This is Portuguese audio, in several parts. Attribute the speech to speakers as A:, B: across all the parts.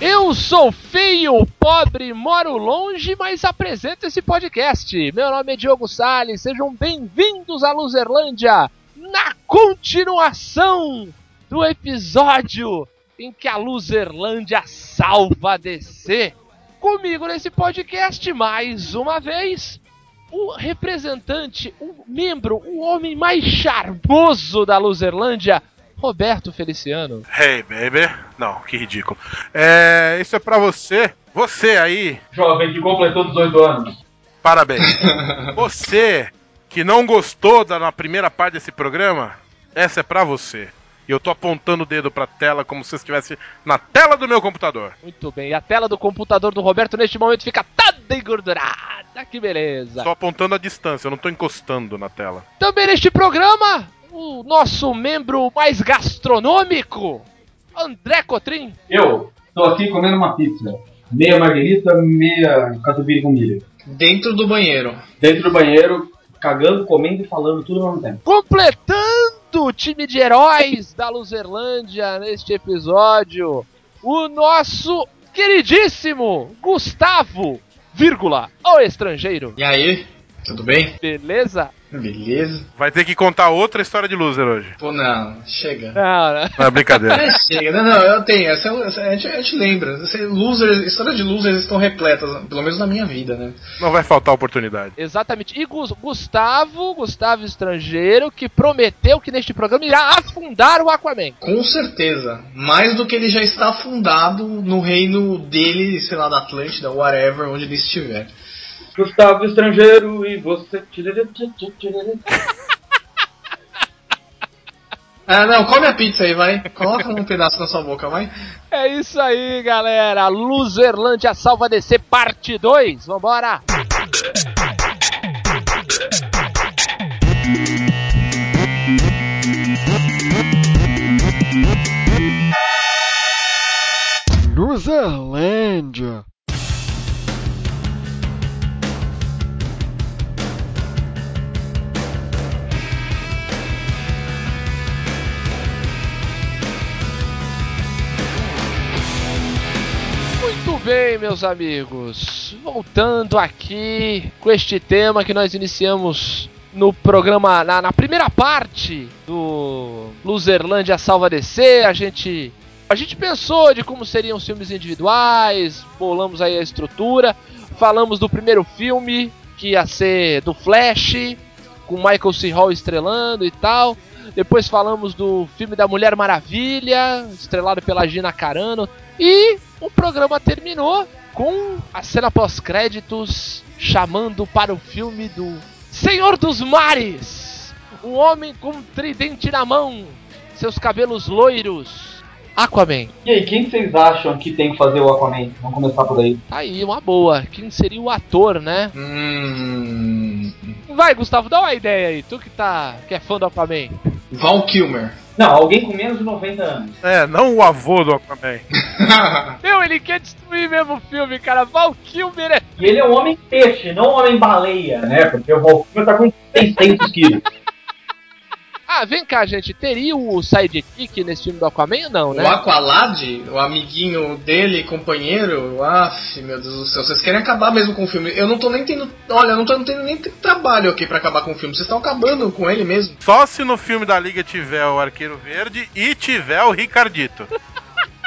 A: Eu sou feio, pobre, moro longe, mas apresento esse podcast. Meu nome é Diogo Sales, sejam bem-vindos à Luzerlândia na continuação do episódio em que a Luzerlândia salva a DC. Comigo nesse podcast, mais uma vez, o representante, o membro, o homem mais charmoso da Luzerlândia, Roberto Feliciano.
B: Hey, baby. Não, que ridículo. É, isso é pra você. Você aí,
C: Jovem que completou 18 anos.
B: parabéns. Você que não gostou da na primeira parte desse programa, essa é pra você. E eu tô apontando o dedo pra tela como se eu estivesse na tela do meu computador.
A: Muito bem, e a tela do computador do Roberto neste momento fica toda engordurada, que beleza.
B: Estou apontando a distância, eu não tô encostando na tela.
A: Também neste programa, o nosso membro mais gastronômico, André Cotrim.
C: Eu tô aqui comendo uma pizza. Meia margarita, meia catupiry com milho.
D: Dentro do banheiro.
C: Dentro do banheiro, cagando, comendo e falando tudo ao mesmo tempo.
A: completando o time de heróis da Luzerlândia neste episódio, o nosso queridíssimo Gustavo, vírgula, o estrangeiro.
D: E aí? Tudo bem?
A: Beleza?
D: Beleza?
B: Vai ter que contar outra história de loser hoje.
D: Pô, não, chega.
A: Não, não.
B: Não é brincadeira.
D: É, chega. Não, não, eu tenho. Essa, é essa- a, gente, a gente lembra. Essa, losers, histórias de losers estão repletas, pelo menos na minha vida, né?
B: Não vai faltar oportunidade.
A: Exatamente. E Gus- Gustavo, Gustavo Estrangeiro, que prometeu que neste programa irá afundar o Aquaman.
D: Com certeza. Mais do que ele já está afundado no reino dele, sei lá, da Atlântida, whatever, onde ele estiver.
C: Gustavo estrangeiro e você.
D: Ah, não, come a pizza aí, vai. Coloca um pedaço na sua boca, vai.
A: É isso aí, galera. Luzerlândia Salva DC, parte 2. Vambora!
E: Luzerlândia.
A: Muito bem, meus amigos. Voltando aqui com este tema que nós iniciamos no programa, na, na primeira parte do Luzerlândia Salva DC, a gente, a gente pensou de como seriam os filmes individuais, bolamos aí a estrutura, falamos do primeiro filme, que ia ser do Flash, com Michael C. Hall estrelando e tal. Depois falamos do filme da Mulher Maravilha, estrelado pela Gina Carano. E o programa terminou com a cena pós-créditos chamando para o filme do Senhor dos Mares! O homem com um tridente na mão, seus cabelos loiros. Aquaman.
C: E aí, quem vocês acham que tem que fazer o Aquaman? Vamos começar por aí.
A: Tá aí, uma boa. Quem seria o ator, né?
D: Hum.
A: Vai, Gustavo, dá uma ideia aí. Tu que tá. que é fã do Aquaman.
D: Val Kilmer.
C: Não, alguém com menos de 90 anos.
B: É, não o avô do Aquaman.
A: Meu, ele quer destruir mesmo o filme, cara. Val Kilmer é
C: E ele é um homem peixe, não um homem baleia, né? Porque o Valkyrie tá com 600 quilos.
A: Ah, vem cá, gente. Teria o sidekick nesse filme do Aquaman ou não,
D: O
A: né?
D: Aqualad, o amiguinho dele, companheiro, af, meu Deus do céu, vocês querem acabar mesmo com o filme. Eu não tô nem tendo. Olha, eu não tô não tendo nem t- trabalho aqui pra acabar com o filme. Vocês estão acabando com ele mesmo.
B: Só se no filme da Liga tiver o Arqueiro Verde e tiver o Ricardito.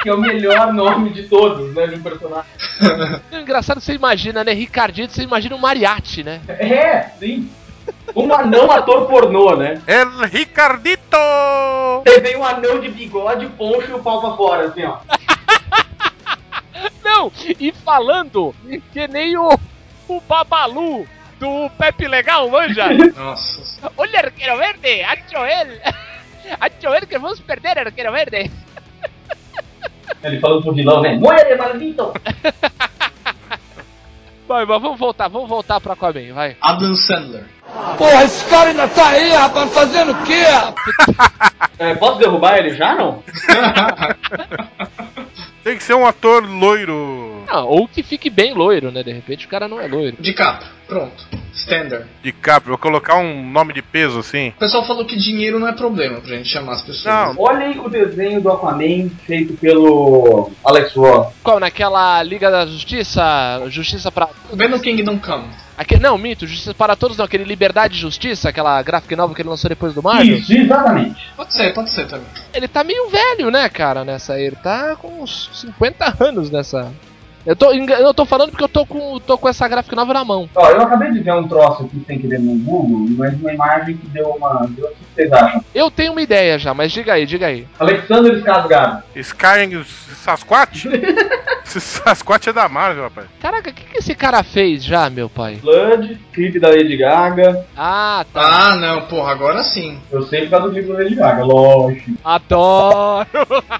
C: Que é o melhor nome de todos, né? De um personagem.
A: É Engraçado você imagina, né? Ricardito, você imagina o mariachi, né?
C: É, sim. Um anão ator pornô, né?
B: El Ricardito!
C: Aí vem um anão de bigode, poncho e o pau pra fora, assim, ó.
A: Não, e falando que nem o, o Babalu do Pepe Legal, manja.
D: Nossa.
A: Olha, arqueiro verde, acho ele. Acho ele que vamos perder, arqueiro verde.
C: Ele falando pro vilão, né? Muere, maldito!
A: Vai, mas vamos voltar, vamos voltar pra Aquaman, vai.
D: Adam Sandler.
E: Porra, esse cara ainda tá aí, rapaz, fazendo o quê?
C: É, posso derrubar ele já, não?
B: Tem que ser um ator loiro.
A: Ah, ou que fique bem loiro, né? De repente o cara não é loiro.
D: De capa, pronto. Standard.
B: De capa, vou colocar um nome de peso assim.
D: O pessoal falou que dinheiro não é problema pra gente chamar as pessoas.
B: Não.
C: Olhem o desenho do Aquaman feito pelo Alex Ross.
A: Qual? Naquela Liga da Justiça? Justiça pra.
D: Venom Kingdom Come.
A: Aque... Não, minto, Justiça para Todos não, aquele Liberdade e Justiça, aquela gráfica nova que ele lançou depois do Marvel.
C: Isso, exatamente.
D: Pode ser, pode ser também.
A: Ele tá meio velho, né, cara, nessa aí. Ele tá com uns 50 anos nessa. Eu tô, enga- eu tô falando porque eu tô com, tô com essa gráfica nova na mão.
C: Ó, eu acabei de ver um troço aqui sem querer no Google, mas uma imagem que deu uma. Deu o que vocês acham?
A: Eu tenho uma ideia já, mas diga aí, diga aí.
C: Alexander Skarsgård.
B: Skyrim Sasquatch? Esse Sasquatch é da Marvel, rapaz.
A: Caraca, o que, que esse cara fez já, meu pai?
C: Blood, clipe da Lady Gaga.
A: Ah, tá.
D: Ah, não, porra, agora sim.
C: Eu sei por causa do clipe da Lady Gaga, lógico.
A: Adoro!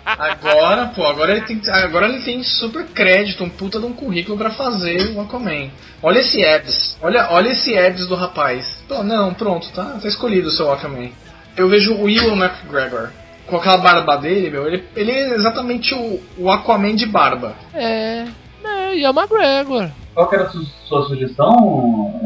D: Agora, pô, agora ele tem, agora ele tem super crédito, um puta de um currículo pra fazer o Aquaman. Olha esse abs, olha, olha esse abs do rapaz. Pô, não, pronto, tá, tá escolhido o seu Aquaman. Eu vejo o Will McGregor com aquela barba dele, meu, ele, ele é exatamente o, o Aquaman de barba.
A: É. Né, e é o McGregor.
C: Qual que era a su- sua sugestão?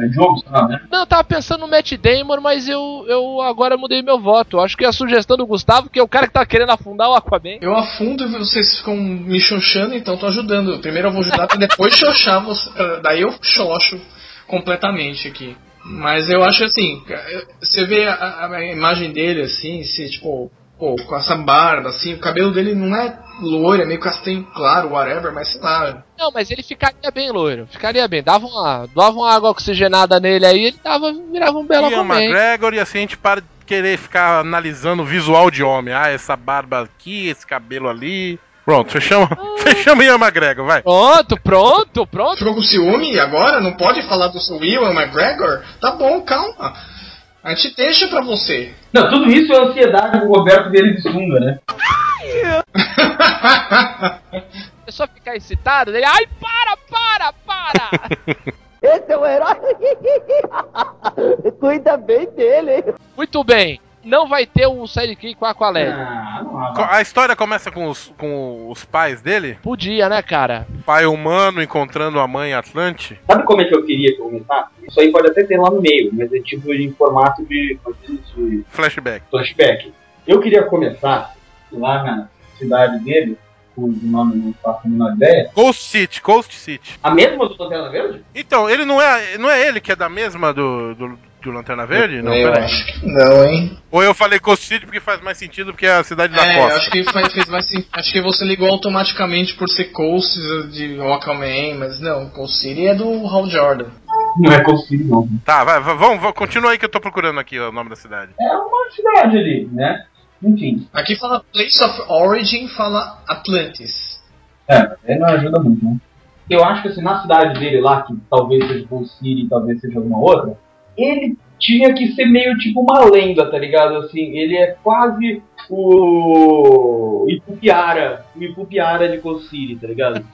C: É Diogo, sei lá, né?
A: Não, eu tava pensando no Matt Damon, mas eu, eu agora mudei meu voto. Acho que é a sugestão do Gustavo, que é o cara que tá querendo afundar o Aquaman.
D: Eu afundo e vocês ficam me xoxando, então tô ajudando. Primeiro eu vou ajudar pra depois xoxar você. pra- Daí eu xoxo completamente aqui. Mas eu acho assim, eh, você vê a- a, a imagem dele assim, se tipo, pô, com essa barba, assim, o cabelo dele não é loiro, é meio castanho claro, whatever, mas sei lá.
A: Não, mas ele ficaria bem loiro. Ficaria bem. Dava uma, dava uma água oxigenada nele aí, ele tava, virava um belo
B: Ian
A: Aquaman.
B: McGregor e assim a gente para de querer ficar analisando o visual de homem. Ah, essa barba aqui, esse cabelo ali. Pronto, fechamos, fechamos Ian McGregor, vai.
A: Pronto, pronto, pronto.
D: Ficou com ciúme agora? Não pode falar do seu Will and McGregor? Tá bom, calma. A gente deixa pra você.
C: Não, tudo isso é ansiedade do Roberto dele de sunga, né?
A: Começou a ficar excitado, ele, ai, para, para, para!
F: Esse é o herói. Cuida bem dele, hein?
A: Muito bem. Não vai ter um sidekick com a Aqualed.
C: Ah, não há.
B: Co- A história começa com os, com os pais dele.
A: Podia, né, cara?
B: Pai humano encontrando a mãe Atlante.
C: Sabe como é que eu queria que eu aumentasse? Isso aí pode até ter lá no meio, mas é tipo em formato de, de
B: Flashback.
C: flashback. Eu queria começar lá na cidade dele, cujo nome não faço a menor ideia.
B: Ghost City, Ghost City.
C: A mesma do Lanterna Verde?
B: Então, ele não é. Não é ele que é da mesma do, do, do Lanterna Verde? Não,
D: eu
B: peraí.
D: acho que não, hein?
B: Ou eu falei Ghost City porque faz mais sentido porque é a cidade da
D: É, eu
B: costa.
D: acho que faz, fez mais sim. Acho que você ligou automaticamente por ser Coast de Rockman, mas não, Coast City é do Hal Jordan.
C: Não é possível, não.
B: Tá, vai, vai, vamos, vamos, continua aí que eu tô procurando aqui o nome da cidade.
C: É uma cidade ali, né? Enfim,
D: Aqui fala Place of Origin, fala Atlantis.
C: é, ele não ajuda muito, né? Eu acho que assim, na cidade dele lá, que talvez seja Bull City, talvez seja alguma outra, ele tinha que ser meio tipo uma lenda, tá ligado? Assim, ele é quase o Ipupiara, o Ipupiara de Bull City, tá ligado?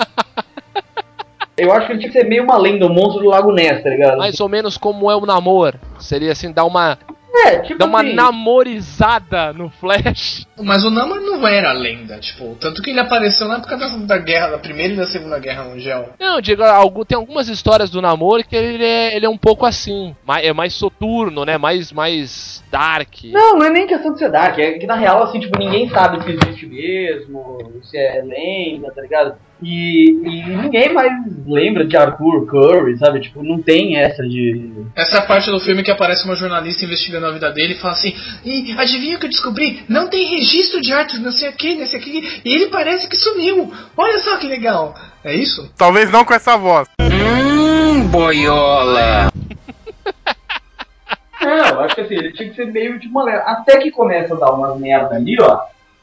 C: Eu acho que ele tinha que ser meio uma lenda, o monstro do Lago Ness, tá ligado?
A: Mais ou menos como é o namor. Seria assim, dar uma,
C: é, tipo
A: dar uma
C: assim,
A: namorizada no Flash.
D: Mas o Namor não era lenda, tipo, tanto que ele apareceu na época da, da guerra, da primeira e da segunda guerra mundial.
A: Não, digo, algu- tem algumas histórias do namoro que ele é, ele é um pouco assim. Ma- É mais soturno, né? Mais, mais dark.
F: Não, não é nem questão de ser dark. É que na real, assim, tipo, ninguém sabe se existe mesmo, se é lenda, tá ligado? E, e ninguém mais lembra de Arthur Curry, sabe? Tipo, não tem essa de.
D: Essa é a parte do filme que aparece uma jornalista investigando a vida dele e fala assim: Ih, adivinha o que eu descobri? Não tem registro de Arthur, não sei o que, não sei o que, e ele parece que sumiu. Olha só que legal. É isso?
B: Talvez não com essa voz.
C: Não, eu acho que assim, ele tinha que ser meio de uma lenda. Até que começa a dar umas merda ali, ó.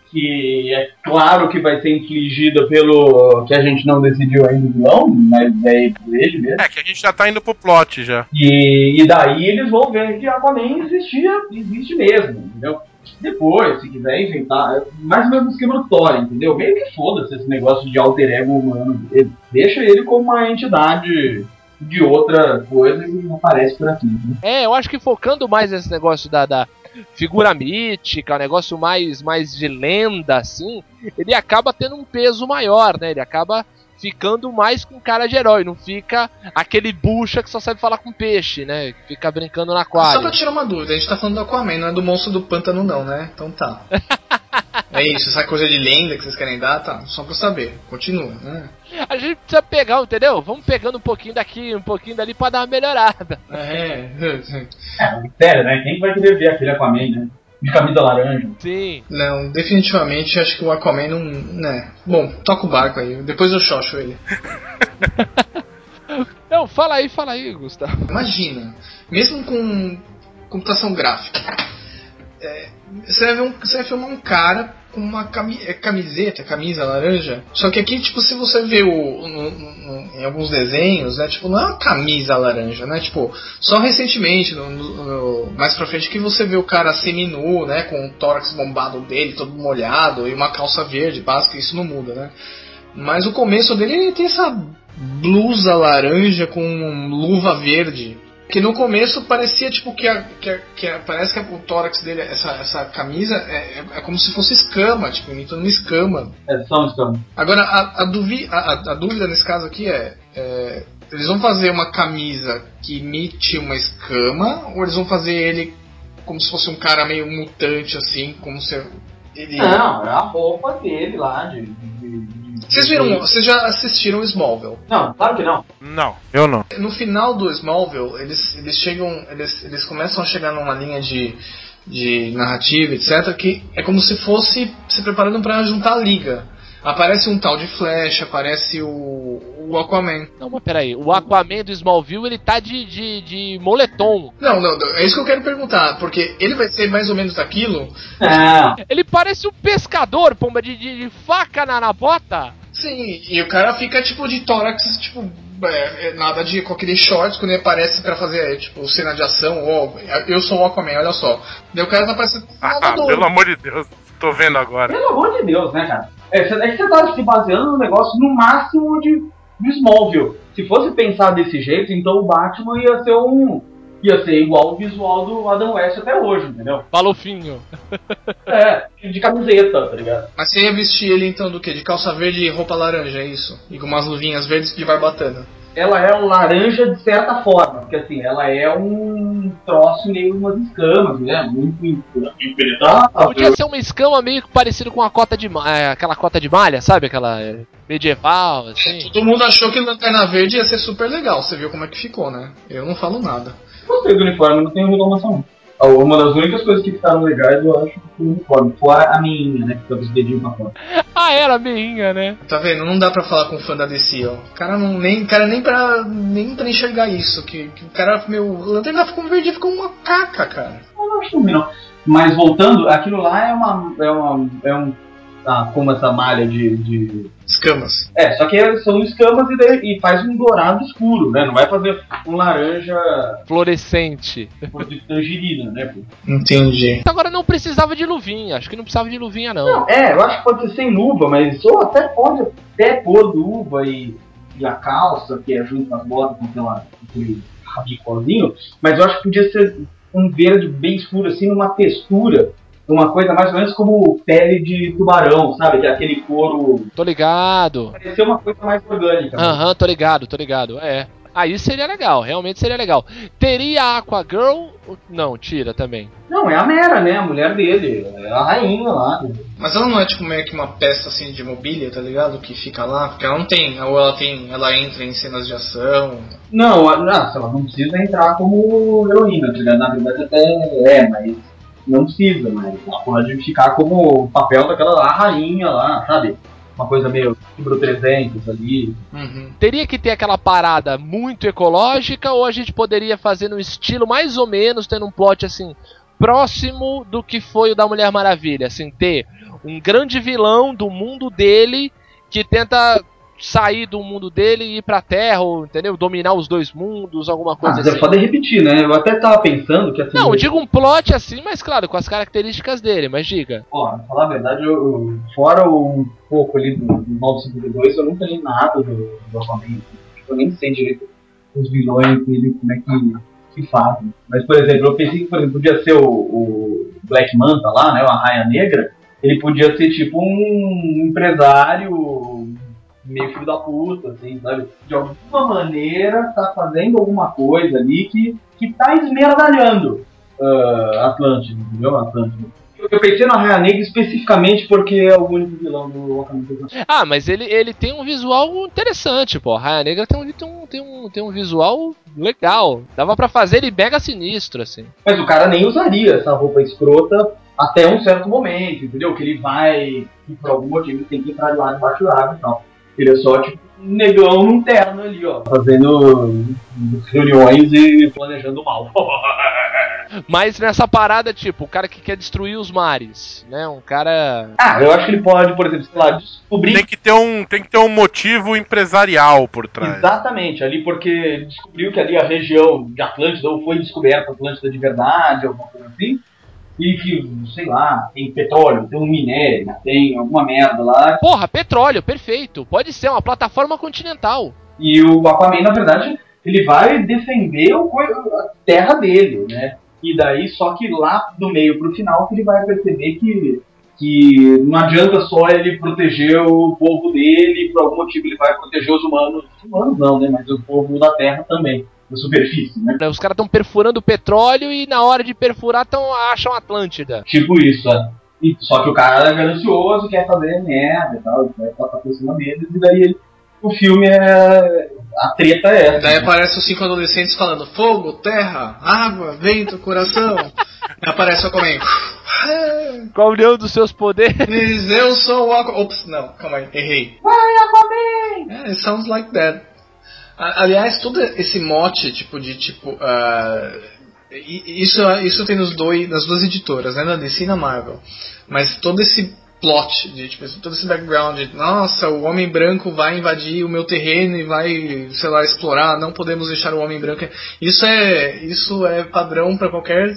C: Que é claro que vai ser infligida pelo. que a gente não decidiu ainda o vilão, mas é por ele mesmo.
B: É que a gente já tá indo pro plot já.
C: E, e daí eles vão ver que Aquaman existia, existe mesmo, entendeu? Depois, se quiser inventar, é mais ou menos o esquema do Thor, entendeu? Meio que foda-se esse negócio de alter ego humano. Ele- deixa ele como uma entidade de outra coisa e não aparece por aqui. né?
A: É, eu acho que focando mais nesse negócio da, da figura mítica, um negócio mais, mais de lenda, assim, ele acaba tendo um peso maior, né? Ele acaba ficando mais com cara de herói, não fica aquele bucha que só sabe falar com peixe, né? Que fica brincando na
D: Só pra
A: quadra.
D: tirar uma dúvida, a gente tá falando do Aquaman, não é do monstro do pântano não, né? Então tá. É isso, essa coisa de lenda que vocês querem dar, tá, só pra eu saber. Continua, né?
A: A gente precisa pegar, entendeu? Vamos pegando um pouquinho daqui, um pouquinho dali pra dar uma melhorada.
D: É,
C: Sério, né? Quem vai querer ver aquele Aquaman, né? De camisa laranja.
A: Sim.
D: não, definitivamente acho que o Aquaman não. né. Bom, toca o barco aí, depois eu xoxo ele.
A: Não, fala aí, fala aí, Gustavo.
D: Imagina, mesmo com computação gráfica, é, você, vai ver um- você vai filmar um cara com uma cami- é, camiseta, camisa laranja. Só que aqui, tipo, se você vê o, no- no- em alguns desenhos, né, tipo, não é uma camisa laranja, né? Tipo, só recentemente, no- no- no- mais pra frente, que você vê o cara seminu, né? Com o tórax bombado dele, todo molhado, e uma calça verde básica, isso não muda, né? Mas o começo dele ele tem essa blusa laranja com luva verde. Que no começo parecia tipo que, a, que, a, que a- parece que o tórax dele, essa, essa camisa, é, é- é como se fosse escama, tipo, imitando uma escama.
C: É, são, são.
D: Agora, a, a, duvi, a, a- a dúvida nesse caso aqui é, é: eles vão fazer uma camisa que imite uma escama, ou eles vão fazer ele como se fosse um cara meio mutante, assim, como se ele.
F: Não,
C: é a roupa dele lá, de. de- de-
D: Vocês viram, vocês já assistiram Smallville?
C: Não, claro que não.
B: Não, eu não.
D: No final do Smallville, eles, eles chegam. Eles, eles começam a chegar numa linha de, de narrativa, etc., que é como se fosse se preparando pra juntar a liga. Aparece um tal de Flash, aparece o, o Aquaman.
A: Não, mas peraí. O Aquaman do Smallville, ele tá de, de, de moletom.
D: Não, não, não, é isso que eu quero perguntar, porque ele vai ser mais ou menos daquilo.
C: Não.
A: Ele parece um pescador, pomba, de, de, de faca na, na bota.
D: Sim, e o cara fica tipo de tórax, tipo, é, é, nada de com aquele shorts quando ele aparece pra fazer, é, tipo, cena de ação, ou eu sou o Aquaman, olha só. Daí o cara tá parecendo um
B: Ah,
D: nadador.
B: pelo amor de Deus, tô vendo agora.
C: Pelo amor de Deus, né, cara? É, você- é que você tá se baseando no negócio no máximo de, de Smallville. Se fosse pensar desse jeito, então o Batman ia ser um. ia ser igual o visual do Adam West até hoje, entendeu?
A: Balofinho.
C: É, de camiseta, tá ligado?
D: Mas você ia vestir ele então do quê? De calça verde e roupa laranja, é isso? E com umas luvinhas verdes de barbatana.
C: Ela é um laranja de certa forma, porque assim, ela é um troço meio umas escamas, né? Muito Ah, impenetrável.
A: Podia ser uma escama meio que parecido com a cota de ma- é, aquela cota de malha, sabe? Aquela é, medieval, assim.
D: Todo mundo achou que lanterna verde ia ser super legal, você viu como é que ficou, né? Eu não falo nada.
C: Gostei do uniforme, não tenho reclamação. Ah, Uma das únicas coisas que ficaram legais, eu acho, foi o uniforme. Fora a minha, né? Que fica os dedinhos pra fora.
A: Ah, era meinha, né?
D: Tá vendo? Não dá pra falar com fã da DC, ó. O cara não nem, cara nem pra nem pra enxergar isso, que, que o cara meu lanterna ficou verde, ficou uma caca, cara.
C: Eu não acho ruim, não. Mas voltando, aquilo lá é uma. É, uma, é um. Ah, como essa malha de, de.
D: Escamas.
C: É, só que são escamas e, daí- e faz um dourado escuro, né? Não vai fazer um laranja
A: Fluorescente. Então
C: por de tangerina, né? pô?
D: Entendi.
A: Agora não precisava de luvinha. Acho que não precisava de luvinha, não.
C: Não, é, eu acho que pode ser sem luva, mas. Ou até pode até pôr luva e, e a calça, que é junto com as botas, com aquela, com aquele rabicozinho, mas eu acho que podia ser um verde bem escuro, assim, numa textura. Uma coisa mais ou menos como pele de tubarão, sabe? Que é Aquele couro
A: Tô ligado.
C: parecer uma coisa mais orgânica.
A: Aham, tô ligado, tô ligado. É. Aí seria legal, realmente seria legal. Teria a Aqua Girl? Não, tira também.
C: Não, é a Mera, né? A mulher dele. É a rainha lá.
D: Mas ela não é tipo meio que uma peça assim de mobília, tá ligado? Que fica lá, porque ela não tem, ou ela tem, ela entra em cenas de ação,
C: Não, a- nossa, ela não precisa entrar como heroína, tá ligado? Na verdade até é, mas não precisa, mas ela pode ficar como o papel daquela lá, rainha lá, sabe? Uma coisa meio fibro 300 ali.
D: Uhum.
A: Teria que ter aquela parada muito ecológica ou a gente poderia fazer num estilo mais ou menos, tendo um plot assim, próximo do que foi o da Mulher Maravilha. Assim, ter um grande vilão do mundo dele que tenta sair do mundo dele e ir pra terra, ou, entendeu? Dominar os dois mundos, alguma
C: Ah,
A: coisa
C: mas
A: assim.
C: é foda repetir, né? Eu até tava pensando que assim.
A: Não, eu digo um plot assim, mas claro, com as características dele, mas diga.
C: Ó, pra falar a verdade, eu, eu- fora um pouco ali do, do 952, eu nunca li nada do, do Aquaman. Tipo, eu nem sei direito os vilões dele, como é que se fazem. Mas, por exemplo, eu pensei que por exemplo, podia ser o, o Black Manta lá, né, o Arraia Negra. Ele podia ser tipo um empresário meio filho da puta, assim, sabe? De alguma maneira tá fazendo alguma coisa ali que, que tá esmerdalhando ah, Atlântida, entendeu? Atlântida. Eu- Eu pensei na Raia Negra especificamente porque é o único vilão do Wakanda. que eu gosto.
A: Ah, mas ele, ele tem um visual interessante, pô. A Raia Negra tem um, tem, um, tem, um, tem um visual legal. Dava pra fazer ele mega sinistro, assim.
C: Mas o cara nem usaria essa roupa escrota até um certo momento, entendeu? Que ele vai, que por algum motivo, ele tem que entrar lá debaixo d'água e tal. Ele é só, tipo, um negão num terno ali, ó. Fazendo reuniões e planejando mal.
A: Mas nessa parada, tipo, o cara que quer destruir os mares, né? Um cara.
C: ah, eu acho que ele pode, por exemplo, sei lá, descobrir
B: Tem que ter um, tem que ter um motivo empresarial por trás.
C: Exatamente, ali porque descobriu que ali a região de Atlântida, ou foi descoberta Atlântida de verdade, alguma coisa assim, e que, sei lá, tem petróleo, tem um minério, tem alguma merda lá,
A: Porra, petróleo, perfeito. Pode ser uma plataforma continental.
C: e o Aquaman, na verdade, ele vai defender o coi- a terra dele, né? E daí, só que lá do meio pro final, que ele vai perceber que, que não adianta só ele proteger o povo dele, por algum motivo ele vai proteger os humanos. Os humanos não, né? Mas o povo da terra também, da superfície, né?
A: Né, Os caras estão perfurando petróleo e na hora de perfurar tão, acham Atlântida.
C: Tipo isso, né? E- Só que o cara é ganancioso, quer fazer merda e tal, vai passar por cima deles, e daí ele- o filme é. A treta é essa.
D: Daí
C: né?
D: aparecem os cinco adolescentes falando fogo, terra, água, vento, coração. Daí aparece o Aquaman.
A: Qual união dos seus poderes?
D: Diz, eu sou o Aquaman. Ops, não, calma aí, errei. É, it sounds like that. A- Aliás, todo esse mote, tipo, de tipo. ah, i- isso, isso tem nos dois, nas duas editoras, né? Na DC e na Marvel. Mas todo esse plot, de, tipo, esse- todo esse background, de, nossa, o homem branco vai invadir o meu terreno e vai, sei lá, explorar, não podemos deixar o homem branco. Isso é, isso é padrão para qualquer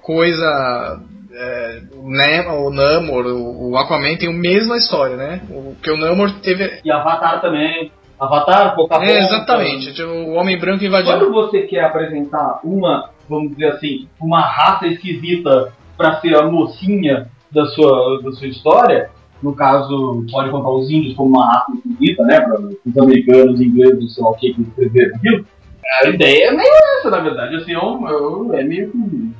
D: coisa. é, o, Nem, o Namor, o, o Aquaman tem a mesma história, né? O, que o Namor teve
C: E Avatar também. Avatar,
A: Tá
C: Pocahontas.
D: é, exatamente.
A: então.
D: Tipo, o homem branco invadiu.
C: Quando você quer apresentar uma, vamos dizer assim, uma raça esquisita pra ser a mocinha da sua, da sua história, no caso, pode contar os índios como uma raça esquisita, né? Pra, os americanos, os ingleses, sei lá o que, que escreveram aquilo. A ideia é meio essa, na verdade. Assim, é, um, é um- é meio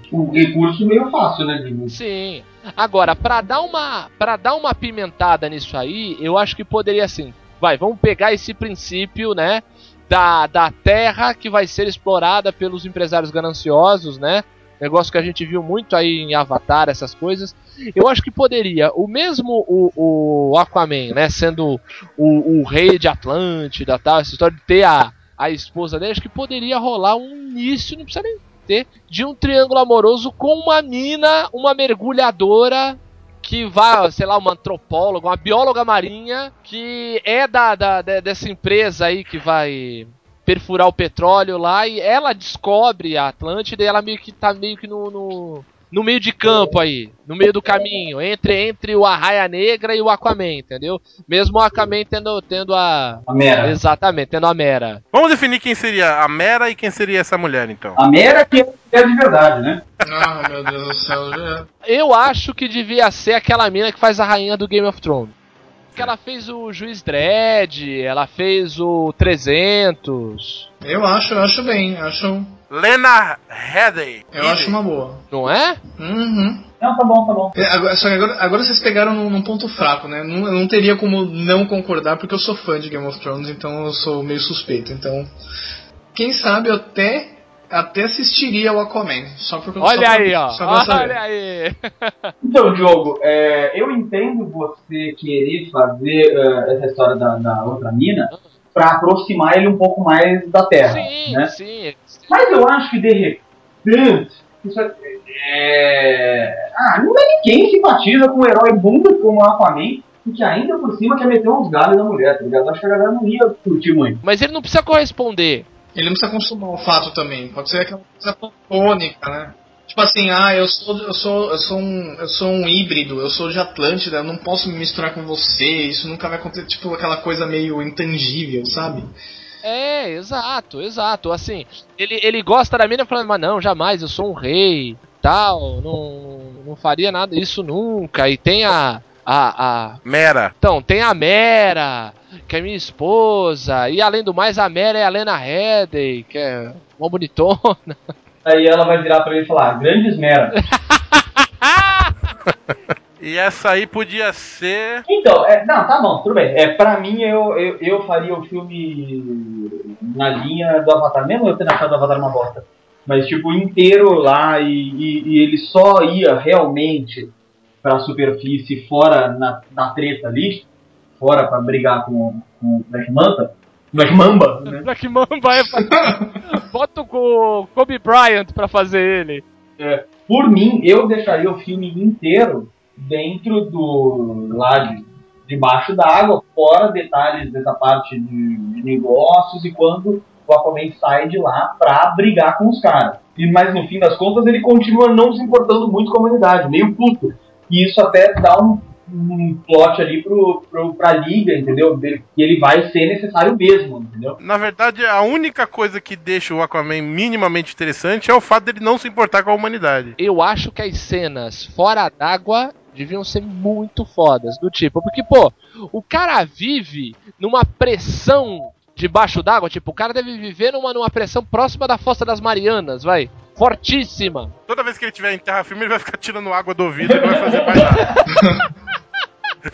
C: que um, um recurso meio fácil, né? De,
A: Sim. Agora, pra dar uma para dar uma pimentada nisso aí, eu acho que poderia assim. Vai, vamos pegar esse princípio, né, da, da terra que vai ser explorada pelos empresários gananciosos, né? Negócio que a gente viu muito aí em Avatar, essas coisas. Eu acho que poderia, o mesmo o, o Aquaman, né, sendo o, o rei de Atlântida, tal, essa história de ter a, a esposa dele, acho que poderia rolar um início, não precisa nem de um triângulo amoroso com uma mina, uma mergulhadora que vai, sei lá, uma antropóloga, uma bióloga marinha que é da, da- de- dessa empresa aí que vai perfurar o petróleo lá e ela descobre a Atlântida e ela meio que tá meio que no, no, no meio de campo aí, no meio do caminho, entre entre o Arraia Negra e o Aquaman, entendeu? Mesmo o Aquaman tendo tendo a
C: a Mera.
A: exatamente, tendo a Mera.
B: Vamos definir quem seria a Mera e quem seria essa mulher, então.
C: A Mera que é a mulher de verdade, né?
D: Ah, meu Deus do céu. já-
A: Eu acho que devia ser aquela mina que faz a rainha do Game of Thrones. Que ela fez o Juiz Dredd, ela fez o 300,
D: Eu acho, eu acho bem. Acho,
B: Lena Headey.
D: eu acho uma boa.
A: não é?
D: Uhum.
C: Não, tá bom, tá bom.
D: É, agora- só que agora, agora vocês pegaram num, num ponto fraco, né? Não, eu não teria como não concordar, porque eu sou fã de Game of Thrones, então eu sou meio suspeito. Então, quem sabe eu até, até assistiria o Aquaman. Só porque só
A: Olha
D: pra-
A: aí, ó.
D: só pra saber.
A: Olha aí.
C: Então, Diogo, é, eu entendo você querer fazer é, essa história da, da outra mina pra aproximar ele um pouco mais da Terra,
A: Sim,
C: né?
A: sim.
C: Mas eu acho que, de repente, isso é- é... Ah, não é ninguém simpatiza com um herói bunda como o Aquaman e que ainda por cima quer meter uns galhos na mulher, tá ligado? Acho que a galera não ia curtir muito.
A: Mas ele não precisa corresponder.
D: Ele não precisa consumar o fato também. Pode ser aquela coisa platônica, né? Tipo assim, ah, eu sou, eu sou, eu sou um, eu sou um híbrido, eu sou de Atlântida, eu não posso me misturar com você, isso nunca vai acontecer, tipo aquela coisa meio intangível, sabe?
A: É, exato, exato. Assim, ele, ele gosta da mina falando, mas não, jamais, eu sou um rei, tal, não, não faria nada, isso nunca. E tem a. a, a
B: Mera.
A: então, tem a Mera. que é minha esposa. E além do mais, a Mera é a Lena Headey, que é uma bonitona.
C: Aí ela vai virar pra ele e falar, "Ah, grandes merda.
B: E essa aí podia ser.
C: Então, é, não, tá bom, tudo bem. É, pra mim, eu, eu, eu faria o filme na linha do Avatar, mesmo eu tendo achado o Avatar uma bosta. Mas, tipo, inteiro lá e, e- e ele só ia realmente pra superfície, fora na, na treta ali, fora pra brigar com, com o Black Manta, Black Mamba, né?
A: Black Mamba é Bota o Kobe Bryant pra fazer ele.
C: É, por mim, eu deixaria o filme inteiro dentro do. lá de, debaixo da água, fora detalhes dessa parte de, de negócios e quando o Aquaman sai de lá pra brigar com os caras. E Mas no fim das contas ele continua não se importando muito com a humanidade, meio puto. E isso até dá um, um plot ali pro, pro, pra liga, entendeu? Dele- Que ele vai ser necessário mesmo, entendeu?
B: Na verdade, a única coisa que deixa o Aquaman minimamente interessante é o fato dele não se importar com a humanidade.
A: Eu acho que as cenas fora d'água deviam ser muito fodas. Do tipo, porque, pô, o cara vive numa pressão debaixo d'água. Tipo, o cara deve viver numa, numa pressão próxima da Fossa das Marianas, vai. Fortíssima.
B: Toda vez que ele tiver em terra firme, ele vai ficar tirando água do ouvido e não vai fazer mais nada.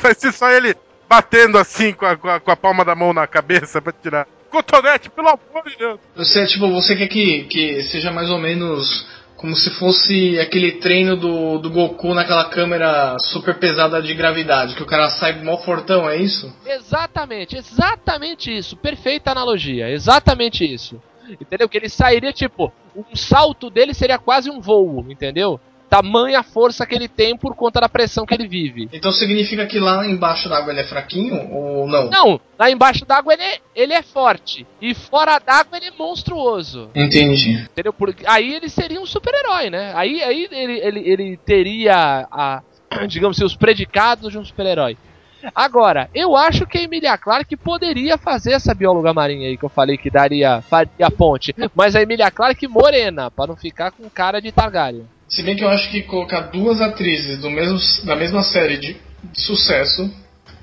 B: vai ser só ele batendo assim com a, com a- com a palma da mão na cabeça pra tirar. Cotonete, pelo amor de Deus!
D: Você, tipo, você quer que, que seja mais ou menos como se fosse aquele treino do, do Goku naquela câmera super pesada de gravidade, que o cara sai mó fortão, é isso?
A: Exatamente, exatamente isso. Perfeita analogia, exatamente isso. Entendeu? Que ele sairia, tipo, um salto dele seria quase um voo, entendeu? Tamanha força que ele tem por conta da pressão que ele vive.
D: Então significa que lá embaixo d'água ele é fraquinho ou não?
A: Não, lá embaixo d'água ele, é- ele é forte. E fora d'água ele é monstruoso.
D: Entendi.
A: Entendeu? Porque aí ele seria um super-herói, né? Aí, aí ele, ele, ele teria a, digamos assim, os predicados de um super-herói. Agora, eu acho que a Emilia Clarke poderia fazer essa bióloga marinha aí que eu falei que daria faria ponte, mas a Emilia Clarke morena, pra não ficar com cara de Targaryen.
D: Se bem que eu acho que colocar duas atrizes do mesmo, da mesma série de, de sucesso.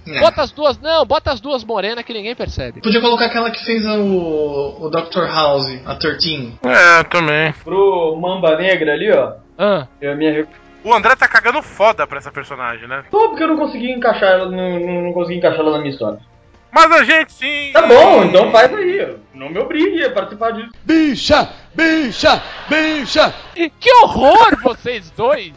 D: né?
A: Bota as duas, não, bota as duas morenas que ninguém percebe.
D: Podia colocar aquela que fez o, o Dr. House, a 13.
B: É, também.
F: Pro Mamba Negra ali, ó.
A: Ah,
F: É a minha.
B: O André tá cagando foda pra essa personagem, né?
F: Só porque eu não consegui encaixar ela, não, não- não consegui encaixar ela na minha história.
B: Mas a gente sim.
F: Tá bom, então faz aí. ó. Não me obrigue a participar disso.
E: Bicha, bicha, bicha.
A: que horror vocês dois!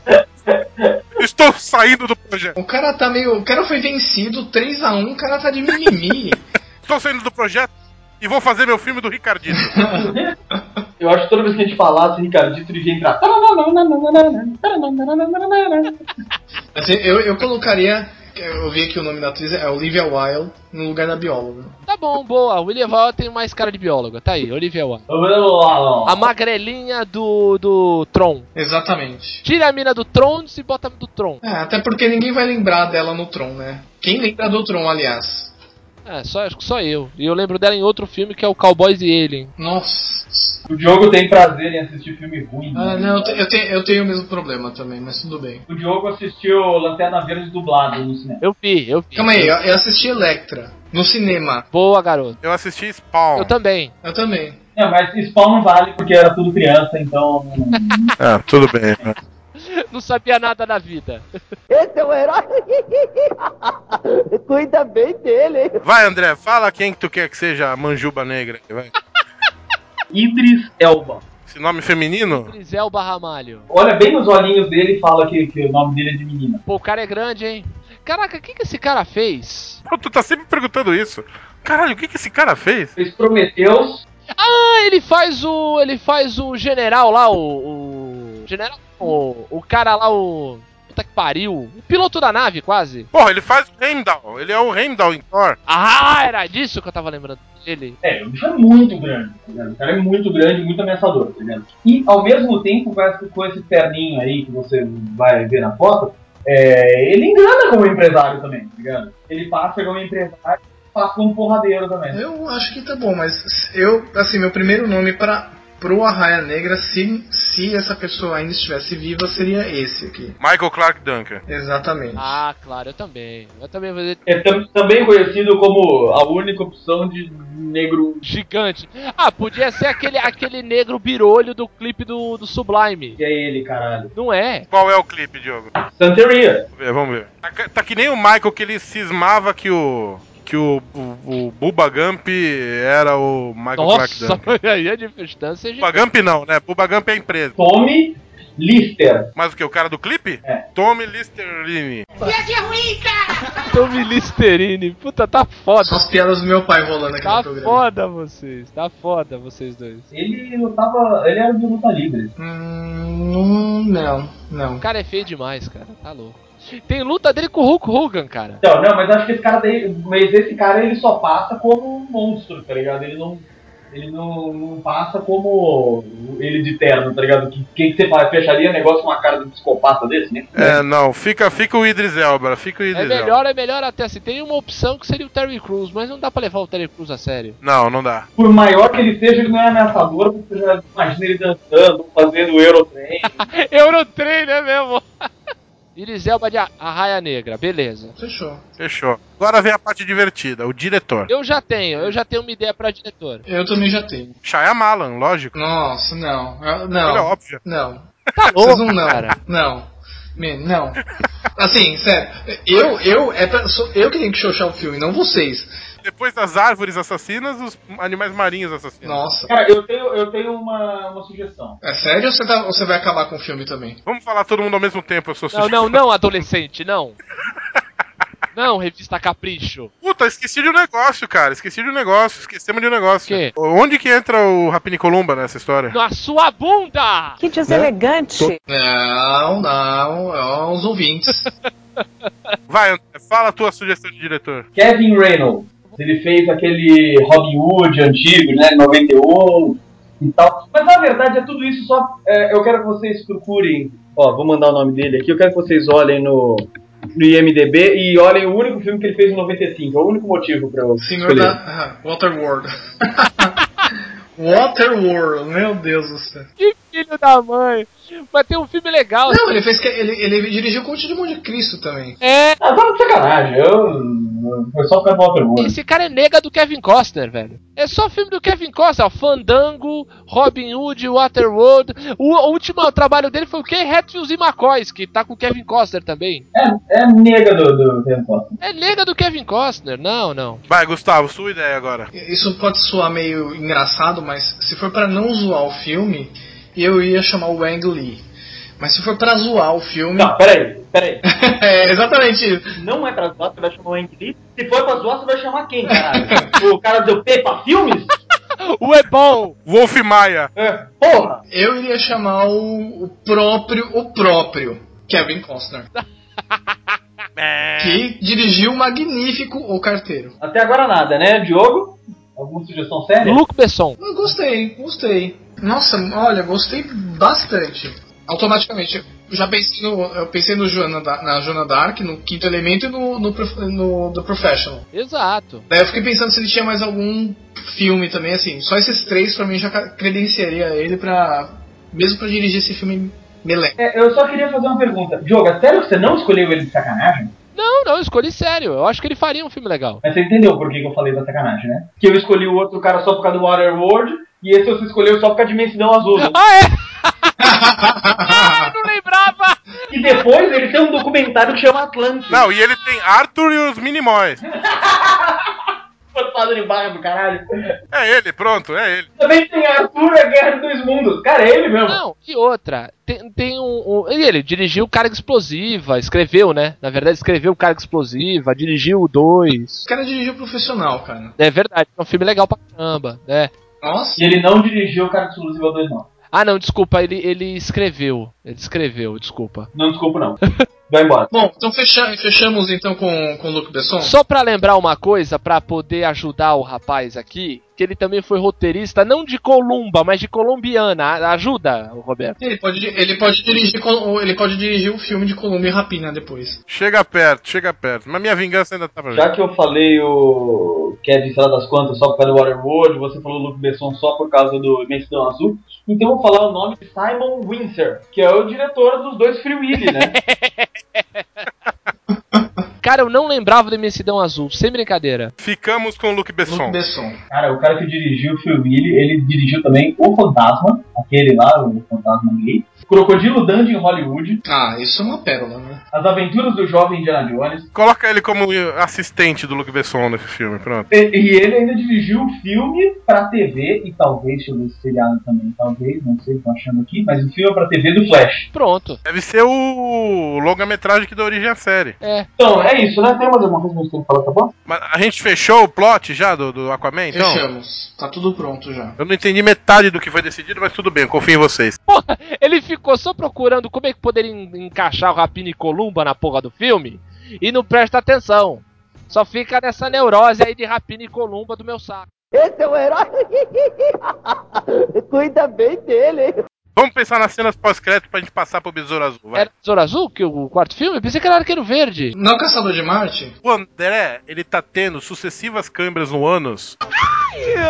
B: Estou saindo do projeto.
D: O cara tá meio. O cara foi vencido 3 a 1 o cara tá de mimimi.
B: Estou saindo do projeto e vou fazer meu filme do Ricardito.
C: Eu acho que toda vez que a gente falasse, Ricardito, ele ia entrar.
D: Mas eu- eu, eu colocaria. Eu vi aqui o nome da atriz, é Olivia Wilde, no lugar da bióloga.
A: Tá bom, boa. William Val tem mais cara de bióloga. Tá aí, Olivia Wilde. A magrelinha do, do Tron.
D: Exatamente.
A: Tira a mina do Tron e bota a do Tron.
D: É, até porque ninguém vai lembrar dela no Tron, né? Quem lembra do Tron, aliás?
A: É, só, acho que só eu. E eu lembro dela em outro filme que é o Cowboys e Alien.
D: Nossa.
C: O Diogo tem prazer em assistir filme ruim. né?
D: Ah, não, eu, te- eu, te- eu tenho o mesmo problema também, mas tudo bem.
C: O Diogo assistiu Lanterna Verde dublado no cinema.
A: Eu vi, eu vi.
D: Calma aí, eu, eu assisti Electra, no cinema.
A: Boa, garoto.
B: Eu assisti Spawn.
A: Eu também.
D: Eu também.
C: É, mas Spawn não vale porque era tudo criança, então.
B: Ah, tudo bem.
A: Não sabia nada da vida.
G: Esse é o herói. Cuida bem dele, hein?
B: Vai, André, fala quem que tu quer que seja a manjuba negra. Vai.
C: Idris Elba.
B: Esse nome feminino?
A: Grisel Barramalho.
C: Olha bem nos olhinhos dele e fala que, que o nome dele é de menina.
A: Pô, o cara é grande, hein? Caraca, o que, que esse cara fez?
B: Pô, tu tá sempre perguntando isso. Caralho, o que que esse cara fez?
C: Fez Prometeus.
A: Ah, ele faz o. Ele faz o general lá, o. o general. O, o cara lá, o. Puta que pariu. O piloto da nave, quase.
B: Porra, ele faz o Heimdall. Ele é o Heimdall em Thor.
A: Ah, era disso que eu tava lembrando dele.
C: É, o bicho é muito grande, tá ligado? O cara é muito grande, muito ameaçador, tá ligado? E ao mesmo tempo, com esse, com esse terninho aí que você vai ver na foto, é, ele engana como empresário também, tá ligado? Ele passa como empresário
D: É.
C: passa como porradeiro também.
D: Eu acho que tá bom, mas eu, assim, meu primeiro nome pra, pro Arraia Negra, se, se essa pessoa ainda estivesse viva, seria esse aqui.
B: Michael Clark Duncan.
D: Exatamente.
A: Ah, claro, eu também. Eu também vou dizer
C: É tam- também conhecido como a única opção de negro.
A: gigante. Ah, podia ser aquele, aquele negro birolho do clipe do, do Sublime.
C: Que é ele, caralho.
A: Não é?
B: Qual é o clipe, Diogo?
C: Santeria.
B: Vamos ver, vamos ver. Tá, ca- tá que nem o Michael que ele cismava que o. que o, o, o Bubba Gump era o Michael Clark
A: Nossa,
B: Duncan.
A: aí a distância é
B: Bubba
A: gigante.
B: Gump não, né? Bubba Gump é a empresa.
C: Tommy Lister.
B: Mas o que? O cara do clipe?
C: É.
B: Tommy Listerine.
A: Tommy Listerine. um Puta, tá
D: São
A: foda.
D: as piadas do meu pai rolando aqui
A: Tá
D: no programa.
A: foda vocês. Tá foda vocês dois.
C: Ele lutava. Ele era de luta livre.
D: Hum, não, não.
A: O cara é feio demais, cara. Tá louco. Tem luta dele com o Hulk Hogan, cara.
C: Então, não, mas acho que esse cara daí. Mas esse cara ele só passa como um monstro, tá ligado? Ele não. Ele não, não passa como ele de terno, tá ligado? Que- Quem que você fa- fecharia negócio com uma cara de um psicopata desse, né?
B: É, não, fica, fica o Idris Elba, fica o
A: É
B: Idris Elba.
A: melhor, é melhor até assim. Tem uma opção que seria o Terry Crews, mas não dá pra levar o Terry Crews a sério.
B: Não, não dá.
C: Por maior que ele seja, ele não é ameaçador, você já imagina ele dançando, fazendo Eurotrem.
A: Eurotrem, né mesmo? Iris Elba de A- Arraia Negra, beleza.
D: Fechou.
B: Fechou. Agora vem a parte divertida, o diretor.
A: Eu já tenho, eu já tenho uma ideia pra diretor.
D: Eu também já tenho.
B: Shyamalan, lógico.
D: Nossa, não. Eu-
B: Olha,
D: Não.
B: óbvio.
D: Não.
A: Tá
D: Vocês
A: louco,
D: um não, não.
A: cara.
D: Não. Men, não. Assim, sério. Eu, eu, é pra- sou eu que tenho que xoxar o filme, não vocês.
B: Depois das árvores assassinas, os animais marinhos assassinos.
D: Nossa.
C: Cara, eu tenho, eu tenho uma, uma sugestão.
D: É sério ou você, tá- ou você vai acabar com o filme também?
B: Vamos falar todo mundo ao mesmo tempo, eu sou
A: Não, não, não, adolescente, não. Não, revista Capricho.
B: Puta, esqueci de um negócio, cara. Esqueci de um negócio, esquecemos de um negócio.
A: Quê?
B: Onde que entra o Rapini Columba nessa história?
A: Na sua bunda!
H: Que deselegante.
D: Não, não. É aos ouvintes.
B: Vai, André, fala a tua sugestão de diretor.
C: Kevin Reynolds. Ele fez aquele Robin Hood antigo, né? 91 e tal. Mas na verdade é tudo isso só. é, eu quero que vocês procurem. Ó, vou mandar o nome dele aqui. Eu quero que vocês olhem no, no IMDB e olhem o único filme que ele fez em 95. É o único motivo pra eu.
D: Senhor da. Ah, Waterworld. Waterworld, meu Deus do céu.
A: Que filho da mãe! Mas tem um filme legal.
D: Não, ele fez. que- Ele, ele dirigiu o Conte de Monte Cristo também.
A: É,
C: Ah, tá de sacanagem. Eu, eu só quero uma pergunta.
A: esse cara é nega do Kevin Costner, velho. É só filme do Kevin Costner, ó. Fandango, Robin Hood, Waterworld. O, o último trabalho dele foi o quê? Hatfields e McCoys, que tá com o Kevin Costner também.
C: É, é nega do, do tempo.
A: É nega do Kevin Costner, não, não.
B: Vai, Gustavo, sua ideia agora.
D: Isso pode soar meio engraçado, mas se for pra não zoar o filme, eu ia chamar o Wang Lee. Mas se for pra zoar o filme.
C: Tá.
F: Não, peraí, peraí.
D: é exatamente isso.
F: Não é pra zoar, você vai chamar o Ang Lee. Se for pra zoar, você vai chamar quem, caralho? o cara do Pepa Filmes?
A: O é bom!
B: Wolf Maia.
F: É. Porra!
D: Eu iria chamar o, o próprio. O próprio. Kevin Costner. que dirigiu o magnífico O Carteiro.
F: Até agora nada, né, Diogo?
C: Alguma sugestão séria?
A: Luke Besson.
D: Eu gostei, gostei. Nossa, olha, gostei bastante. Automaticamente. Já pensei no. Eu pensei no Joana, Da- na Joana Dark, no quinto elemento e no, no, Prof- no The Professional.
A: Exato.
D: Daí eu fiquei pensando se ele tinha mais algum filme também, assim. Só esses três pra mim já ca- credenciaria ele pra. Mesmo pra dirigir esse filme meleca.
C: É, eu só queria fazer uma pergunta. Diogo, é sério que você não escolheu ele de sacanagem?
A: Não, não, eu escolhi sério. Eu acho que ele faria um filme legal.
C: Mas você entendeu por que, que eu falei da sacanagem, né? Que eu escolhi o outro cara só por causa do Waterworld e esse você escolheu só por causa de Mensidão Azul. né?
A: Ah, é? ah, não lembrava!
F: E depois ele tem um documentário que chama Atlântico.
B: Não, e ele tem Arthur e os Minimóis.
F: Fantasma de barra do caralho.
B: É ele, pronto, é ele.
C: Também tem Arthur, a Guerra dos Dois Mundos. Cara, é ele mesmo.
A: Não, e outra? Tem, tem um, um- e Ele dirigiu Carga Explosiva, escreveu, né? Na verdade, escreveu Carga Explosiva, dirigiu o 2.
D: Esse cara dirigiu profissional, cara.
A: É verdade, é um filme legal pra caramba, né?
D: Nossa.
C: E ele não dirigiu o cara exclusivo 2, não.
A: Ah, não, desculpa, ele, ele escreveu. Ele escreveu, desculpa.
C: Não, desculpa, não. Vai embora.
D: Bom, então fecha- fechamos então com, com o Luc Besson.
A: Só pra lembrar uma coisa, pra poder ajudar o rapaz aqui, que ele também foi roteirista, não de Columba, mas de colombiana. A- Ajuda, Roberto.
D: Ele pode, di- ele pode dirigir col- ele pode dirigir o filme de Colômbia e Rapina depois.
B: Chega perto, chega perto. Mas minha vingança ainda tá pra
C: Já
B: ver.
C: que eu falei o Kevin Estrada das Quantas só por causa do Waterworld, você falou o Luke Besson só por causa do Imensidão Azul, então eu vou falar o nome de Simon Windsor, que é o diretor dos dois Free Willy, né?
A: Cara, eu não lembrava do Imensidão Azul, sem brincadeira.
B: Ficamos com o Luke
D: Luc
B: Besson.
D: Besson.
C: Cara, o cara que dirigiu o Free Willy, ele dirigiu também O Fantasma, aquele lá, o Fantasma Gay, Crocodilo Dandy em Hollywood,
D: Ah, isso é uma pérola, né?
C: As Aventuras do Jovem Indiana Jones,
B: Coloca ele como assistente do Luke Besson nesse filme, pronto.
C: E, e ele ainda dirigiu o filme pra TV, e talvez, deixa eu ver se seriado também, talvez, não sei, tô achando aqui, mas o filme é pra TV do Flash.
A: Pronto.
B: Deve ser o longa-metragem que dá origem à série.
A: É.
C: Então, é isso, né? Tem mais alguma coisa que você tem que falar, tá bom?
B: Mas a gente fechou o plot já do, do Aquaman, então?
D: Fechamos. Tá tudo pronto já.
B: Eu não entendi metade do que foi decidido, mas tudo bem, eu confio em vocês.
A: Ele ficou só procurando como é que poderia en- encaixar o Rapina e Columba na porra do filme e não presta atenção. Só fica nessa neurose aí de Rapina e Columba do meu saco.
G: Esse é um herói. Cuida bem dele, hein?
B: Vamos pensar nas cenas pós-crédito pra gente passar pro Besouro Azul, vai.
A: Era o Tesouro Azul, que o quarto filme? Pensei que era Arqueiro Verde.
D: Não é Caçador de Marte?
B: O André, ele tá tendo sucessivas câimbras no ânus.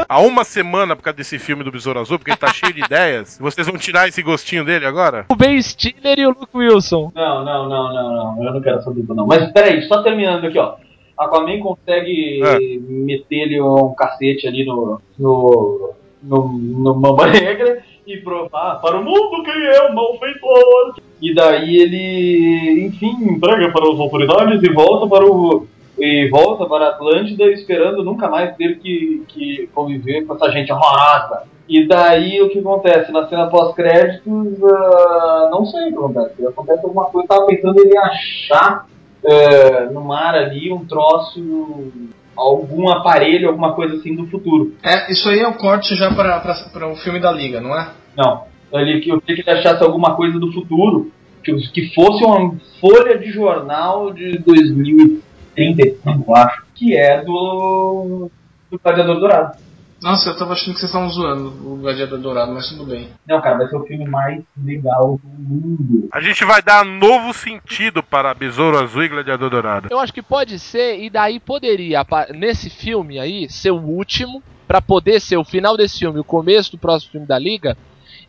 B: Há uma semana por causa desse filme do Besouro Azul, porque ele tá cheio de ideias. Vocês vão tirar esse gostinho dele agora?
A: O Ben Stiller e o Luke Wilson.
C: Não, não, não, não, não, eu não quero saber, não. Mas peraí, só terminando aqui, ó. Aquaman consegue
B: É.
C: meter ele um cacete ali no. no. no, no Mamba Negra e provar para o mundo quem é o malfeitor. E daí ele, enfim, entrega para os autoridades e volta para o. E volta para a Atlântida esperando nunca mais ter que, que conviver com essa gente horrorosa. E daí o que acontece? Na cena pós-créditos, ah, não sei o que acontece. Acontece alguma coisa, eu tava pensando ele achar eh, no mar ali um troço, algum aparelho, alguma coisa assim do futuro.
D: É, isso aí é o corte já pra, pra, pra o filme da Liga, não é?
C: Não. Ele, eu queria que ele achasse alguma coisa do futuro, que, que fosse uma folha de jornal de 2035, acho, que é do, do Gladiador Dourado.
D: Nossa, eu tava achando que vocês estavam zoando o Gladiador Dourado, mas tudo bem.
C: Não, cara, vai ser o filme mais legal do mundo.
B: A gente vai dar novo sentido para Besouro Azul e Gladiador Dourado.
A: Eu acho que pode ser, e daí poderia, apa- nesse filme aí, ser o último, pra poder ser o final desse filme, o começo do próximo filme da Liga,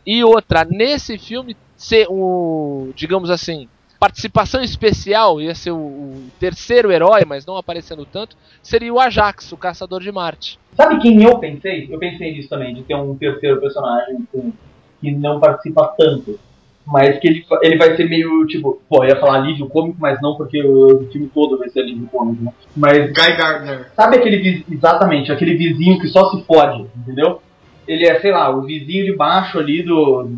A: e outra, nesse filme, ser o, digamos assim, participação especial, ia ser o, o terceiro herói, mas não aparecendo tanto, seria o Ajax, o Caçador de Marte.
C: Sabe quem eu pensei? Eu pensei nisso também, de ter um terceiro personagem com- que não participa tanto. Mas que ele, fa- ele vai ser meio tipo, pô, eu ia falar alívio cômico, mas não porque o, o filme todo vai ser alívio cômico, né? Mas
D: Guy Gardner.
C: sabe aquele vi- exatamente, aquele vizinho que só se fode, entendeu? Ele é, sei lá, o vizinho de baixo ali do.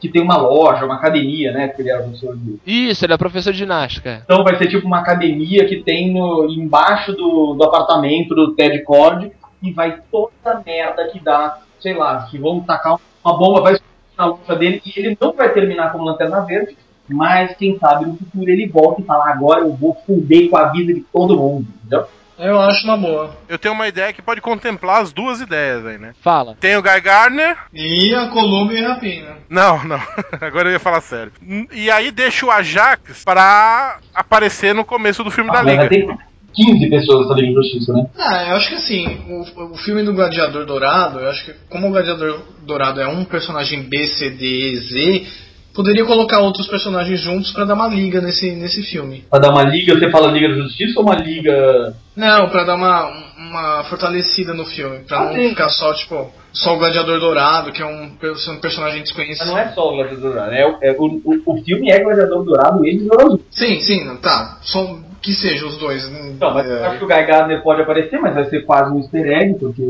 C: que tem uma loja, uma academia, né? Porque ele era professor de.
A: Isso, ele é professor de ginástica.
C: Então vai ser tipo uma academia que tem no, embaixo do, do apartamento do Ted Cord e vai toda a merda que dá, sei lá, que vão tacar uma bomba, vai explodir na luta dele e ele não vai terminar como Lanterna Verde, mas quem sabe no futuro ele volta e fala, agora eu vou fuder com a vida de todo mundo, entendeu?
D: Eu acho uma boa.
B: Eu tenho uma ideia que pode contemplar as duas ideias aí, né?
A: Fala.
B: Tem o Guy Gardner.
D: E a Colômbia e a Rapina.
B: Não, não. Agora eu ia falar sério. E aí deixa o Ajax pra aparecer no começo do filme da
C: Mas
B: Liga.
C: vai ter 15 pessoas nessa Liga de Justiça, né?
D: Ah, eu acho que assim, o, o filme do Gladiador Dourado, eu acho que como o Gladiador Dourado é um personagem B, C, D, Z, poderia colocar outros personagens juntos pra dar uma liga nesse, nesse filme.
C: Pra dar uma liga, você fala Liga da Justiça ou uma liga.
D: Não, pra dar uma, uma fortalecida no filme, pra
C: Ah,
D: não
C: sim.
D: ficar só, tipo, só o Gladiador Dourado, que é um, perso- um personagem
C: Mas
D: desconhecido.
C: não é só o Gladiador Dourado, né? É, o, o, o filme é Gladiador Dourado e Gladiador Azul.
D: Sim, sim, não, tá. Só que seja os dois. né?
C: Então, mas eu
D: É.
C: acho que o Guy Gardner pode aparecer, mas vai ser quase um easter egg, porque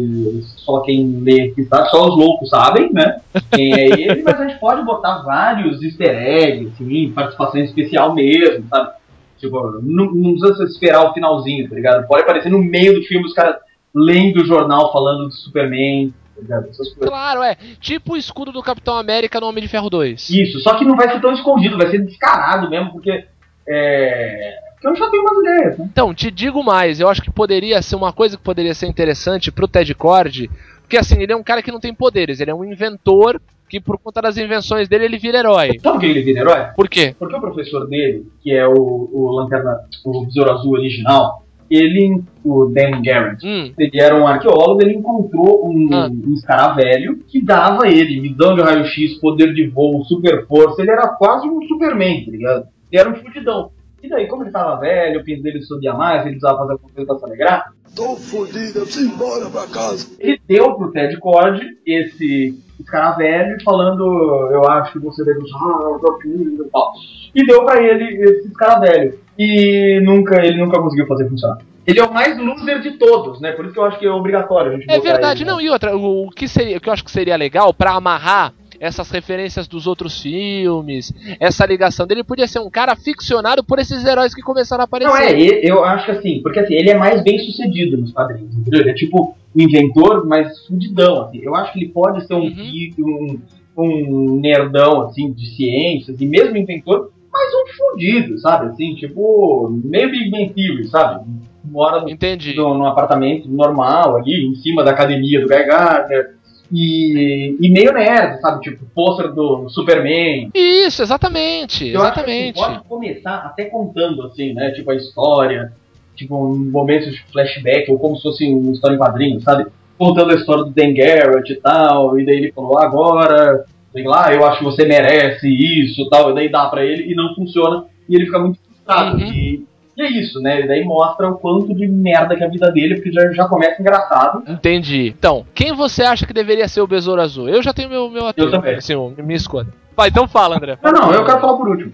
C: só quem lê aqui sabe, só os loucos sabem, né? Quem é ele, mas a gente pode botar vários easter eggs, assim, participação especial mesmo, sabe? Tipo, não, não precisa você esperar o finalzinho, tá ligado? Pode aparecer no meio do filme os caras lendo o jornal falando do Superman, tá ligado? Essas coisas.
A: Claro, é. Tipo o escudo do Capitão América no Homem de Ferro 2.
C: Isso, só que não vai ser tão escondido, vai ser descarado mesmo, porque. É. Porque eu já tenho umas ideias, né?
A: Então, te digo mais, eu acho que poderia ser uma coisa que poderia ser interessante pro Ted Cord, porque assim, ele é um cara que não tem poderes, ele é um inventor que por conta das invenções dele ele vira herói.
C: Sabe por que ele vira herói?
A: Por quê?
C: Porque o professor dele, que é o, o Lanterna, o Besouro Azul original, ele, o Dan Garrett,
A: Hum,
C: ele era um arqueólogo, ele encontrou um,
A: Ah.
C: um escaravelho que dava ele visão de raio-x, poder de voo, super força, ele era quase um Superman, tá ligado? Ele era um fudidão. E daí, como ele tava velho, o pinto dele subia mais, ele precisava fazer a conta pra se alegrar,
E: Tô fodido, eu preciso ir embora pra casa.
C: ele deu pro Ted Cord esse escaravelho falando, eu acho que você deve usar o propinho e tal. E deu pra ele esse escaravelho. E nunca, ele nunca conseguiu fazer funcionar. Ele é o mais loser de todos, né? Por isso que eu acho que é obrigatório a gente
A: É
C: botar
A: verdade,
C: ele,
A: não, e outra, o, o que seria, o que eu acho que seria legal pra amarrar essas referências dos outros filmes, essa ligação dele, podia ser um cara ficcionado por esses heróis que começaram a aparecer.
C: Não, é, e- eu acho que assim, porque assim, ele é mais bem sucedido nos quadrinhos, entendeu? Ele é tipo o inventor, mas fudidão, assim. Eu acho que ele pode ser um,
A: Uhum.
C: geek, um, um nerdão, assim, de ciências, e mesmo inventor, mas um fudido, sabe? Assim, tipo, meio Big Bang Theory, sabe? Mora no
A: Entendi.
C: no- num apartamento normal ali, em cima da academia do Guy Gardner, e, e meio nerd, sabe? Tipo, pôster do Superman,
A: Isso, exatamente,
C: eu acho que, assim,
A: exatamente.
C: pode começar até contando, assim, né? Tipo, a história, tipo, um momento de flashback, ou como se fosse uma história em quadrinhos, sabe? Contando a história do Dan Garrett e tal, e daí ele falou, "Ah, agora, sei lá, eu acho que você merece isso e tal, e daí dá pra ele, e não funciona, e ele fica muito frustrado.
A: Uhum.
C: E, e é isso, né? E daí mostra o quanto de merda que é a vida dele, porque já, já começa engraçado.
A: Entendi. Então, quem você acha que deveria ser o Besouro Azul? Eu já tenho meu, meu ator,
C: também.
A: assim, minha escolha. Vai, então fala, André.
C: Não, não, eu quero falar por último.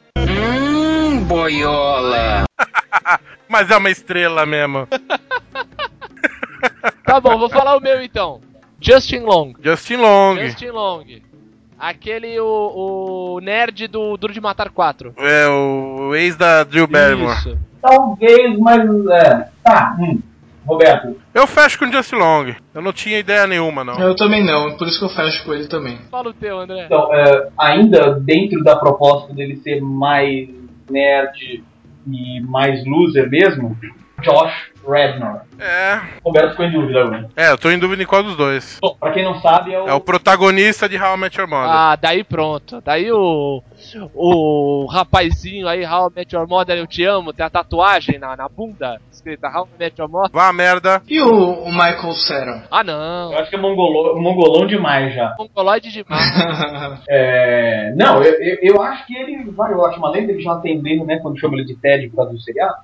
B: Mas é uma estrela mesmo.
A: Tá bom, vou falar o meu então. Justin Long.
B: Justin Long.
A: Justin Long. Aquele, o, o nerd do Duro de Matar 4.
B: É o ex da Drew Barrymore.
A: Isso.
C: Talvez, mas. É, tá, hum. Roberto,
B: Eu fecho com Justin Long. Eu não tinha ideia nenhuma, não.
D: Eu também não, por isso que eu fecho com ele também.
A: Fala o teu, André.
C: Então, é, ainda dentro da proposta dele ser mais nerd e mais loser mesmo, Josh Rednor.
B: É.
C: Roberto ficou em dúvida agora.
B: É, eu tô em dúvida em qual dos dois.
C: Bom, pra quem não sabe, é o,
B: É o protagonista de How I Met Your Mother.
A: Ah, daí pronto. Daí o, o rapazinho aí, How I Met Your Mother, eu te amo, tem a tatuagem na, na bunda, escrita How I Met Your Mother.
B: Vá a merda.
D: E o, o Michael Cera?
A: Ah,
C: eu
A: não.
C: acho que é mongolo, mongolão demais já.
A: Mongoloide demais.
C: É, não, eu, eu, eu acho que ele vai, eu acho uma lenda, ele já atendendo, né, quando chama ele de Ted por causa do seriado.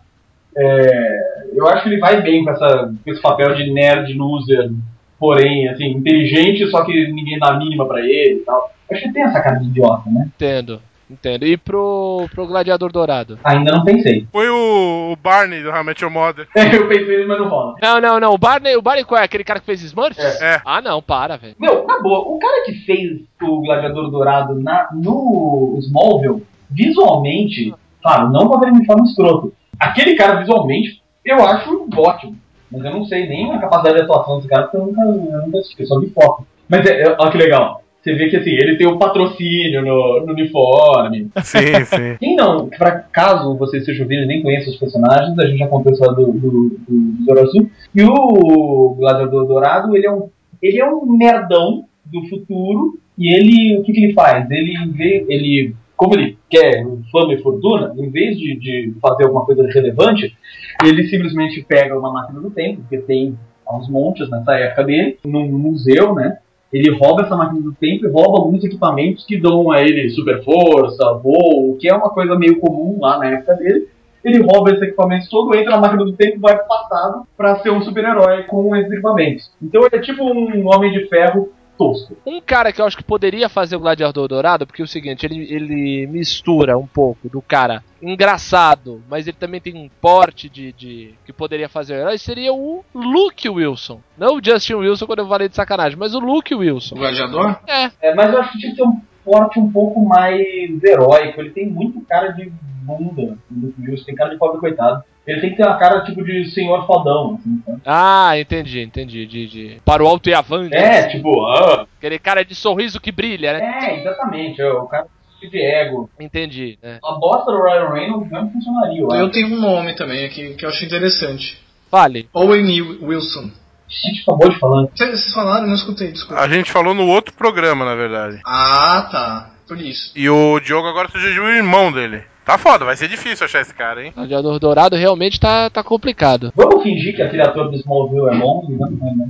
C: É, eu acho que ele vai bem com, essa, com esse papel de nerd loser, porém, assim, inteligente, só que ninguém dá a mínima pra ele e tal. Eu acho que ele tem essa cara de idiota, né?
A: Entendo, entendo. E pro, pro Gladiador Dourado?
C: Ainda não pensei.
B: Põe o, o Barney do How I Met Your Mother.
C: É, eu pensei nisso, mas não rola.
A: Não, não, não. O Barney, o Barney qual é? Aquele cara que fez Smurfs?
B: É. É.
A: Ah, não, para, velho.
C: Meu, na boa, o cara que fez o Gladiador Dourado na, no Smallville, visualmente, claro, não com aquele uniforme escroto. Aquele cara, visualmente, eu acho ótimo. Mas eu não sei nem a capacidade de atuação desse cara, porque eu nunca, eu nunca assisti, eu só vi foto. Mas é, é- olha que legal. Você vê que assim, ele tem o patrocínio no, no uniforme.
B: Sim, sim.
C: Quem não, pra caso você seja ouvindo e nem conheça os personagens, a gente já contou a história do, do, do Besouro Azul. E o Gladiador Dourado, ele é um, ele é um nerdão do futuro. E ele, o que, que ele faz? Ele, em vez- ele, como ele quer fama e fortuna, em vez de, de fazer alguma coisa relevante, ele simplesmente pega uma máquina do tempo, porque tem aos montes nessa época dele, num museu, né? Ele rouba essa máquina do tempo e rouba alguns equipamentos que dão a ele super força, voo, que é uma coisa meio comum lá na época dele. Ele rouba esses equipamentos todo, entra na máquina do tempo e vai pro passado pra ser um super-herói com esses equipamentos. Então ele é tipo um homem de ferro tosco.
A: Um cara que eu acho que poderia fazer o Gladiador Dourado, porque é o seguinte, ele, ele mistura um pouco do cara engraçado, mas ele também tem um porte de, de- que poderia fazer o herói, seria o Luke Wilson. Não o Justin Wilson quando eu falei de sacanagem, mas o Luke
D: o
A: Wilson.
D: Gladiador?
A: É,
C: É, mas eu acho que tinha que ter um porte um pouco mais heróico. Ele tem muito cara de bunda. O Duque Justo tem cara de pobre coitado. Ele tem que ter uma cara tipo de senhor fodão, assim, sabe?
A: Ah, entendi, entendi. De, de- Para o alto e avante.
C: É, tipo, ah.
A: Aquele cara de sorriso que brilha, né?
C: É, exatamente. é, o cara de ego.
A: Entendi, né?
C: A bosta do Ryan Reynolds não funcionaria, eu
D: Eu
C: acho.
D: tenho um nome também aqui que eu acho interessante.
A: Fale.
D: Owen Wil- Wilson.
C: Gente, acabou de falar.
D: Vocês vocês falaram? Eu Não escutei, desculpa.
B: A gente falou no outro programa, na verdade.
D: Ah, tá. Por isso.
B: E o Diogo agora sugeriu o irmão dele. Tá foda, vai ser difícil achar esse cara, hein?
A: O Gladiador Dourado realmente tá, tá complicado.
C: Vamos fingir que aquele ator do Smallville é bom? Não, não, não.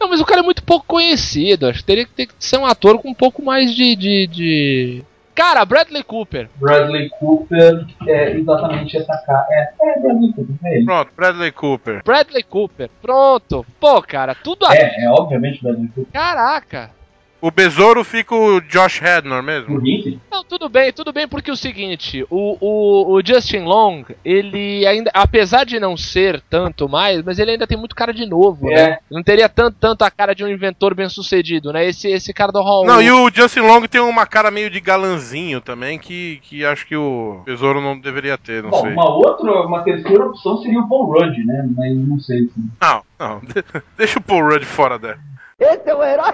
A: Não, mas o cara é muito pouco conhecido. Acho que teria que ter que ser um ator com um pouco mais de. de, de... Cara, Bradley Cooper.
C: Bradley Cooper é exatamente essa cara. É, é Bradley Cooper, é ele.
B: Pronto, Bradley Cooper.
A: Bradley Cooper. Pronto. Pô, cara, tudo a.
C: É, é obviamente Bradley Cooper.
A: Caraca.
B: O besouro fica o Josh Hednor mesmo.
C: O Hitler?
A: Não, tudo bem, tudo bem, porque é o seguinte, o, o, o Justin Long, ele ainda, apesar de não ser tanto mais, mas ele ainda tem muito cara de novo, né?
C: É.
A: Não teria tanto, tanto a cara de um inventor bem sucedido, né? Esse, esse cara do Hall.
B: Não, e o Justin Long tem uma cara meio de galanzinho também, que, que acho que o besouro não deveria ter, não
C: Bom,
B: sei.
C: uma outra, uma terceira opção seria o Paul Rudd, né? Mas não sei. assim.
B: Não, não. Deixa o Paul Rudd fora dela.
G: Esse é o herói.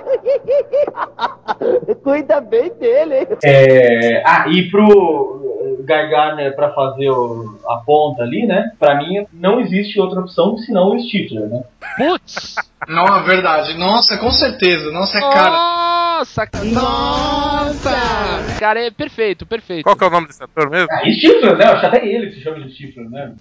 G: Cuida bem dele.
C: É, ah, e pro Gargana pra fazer o- a ponta ali, né? Pra mim não existe outra opção senão o Stifler, né?
A: Putz!
D: Não, é verdade. Nossa, com certeza. Nossa, é cara.
A: Nossa, cara. Nossa! Cara, é perfeito, perfeito.
B: Qual que é o nome desse ator mesmo?
C: Ah, Stifler, né? Acho até ele que se chama de Stifler, né?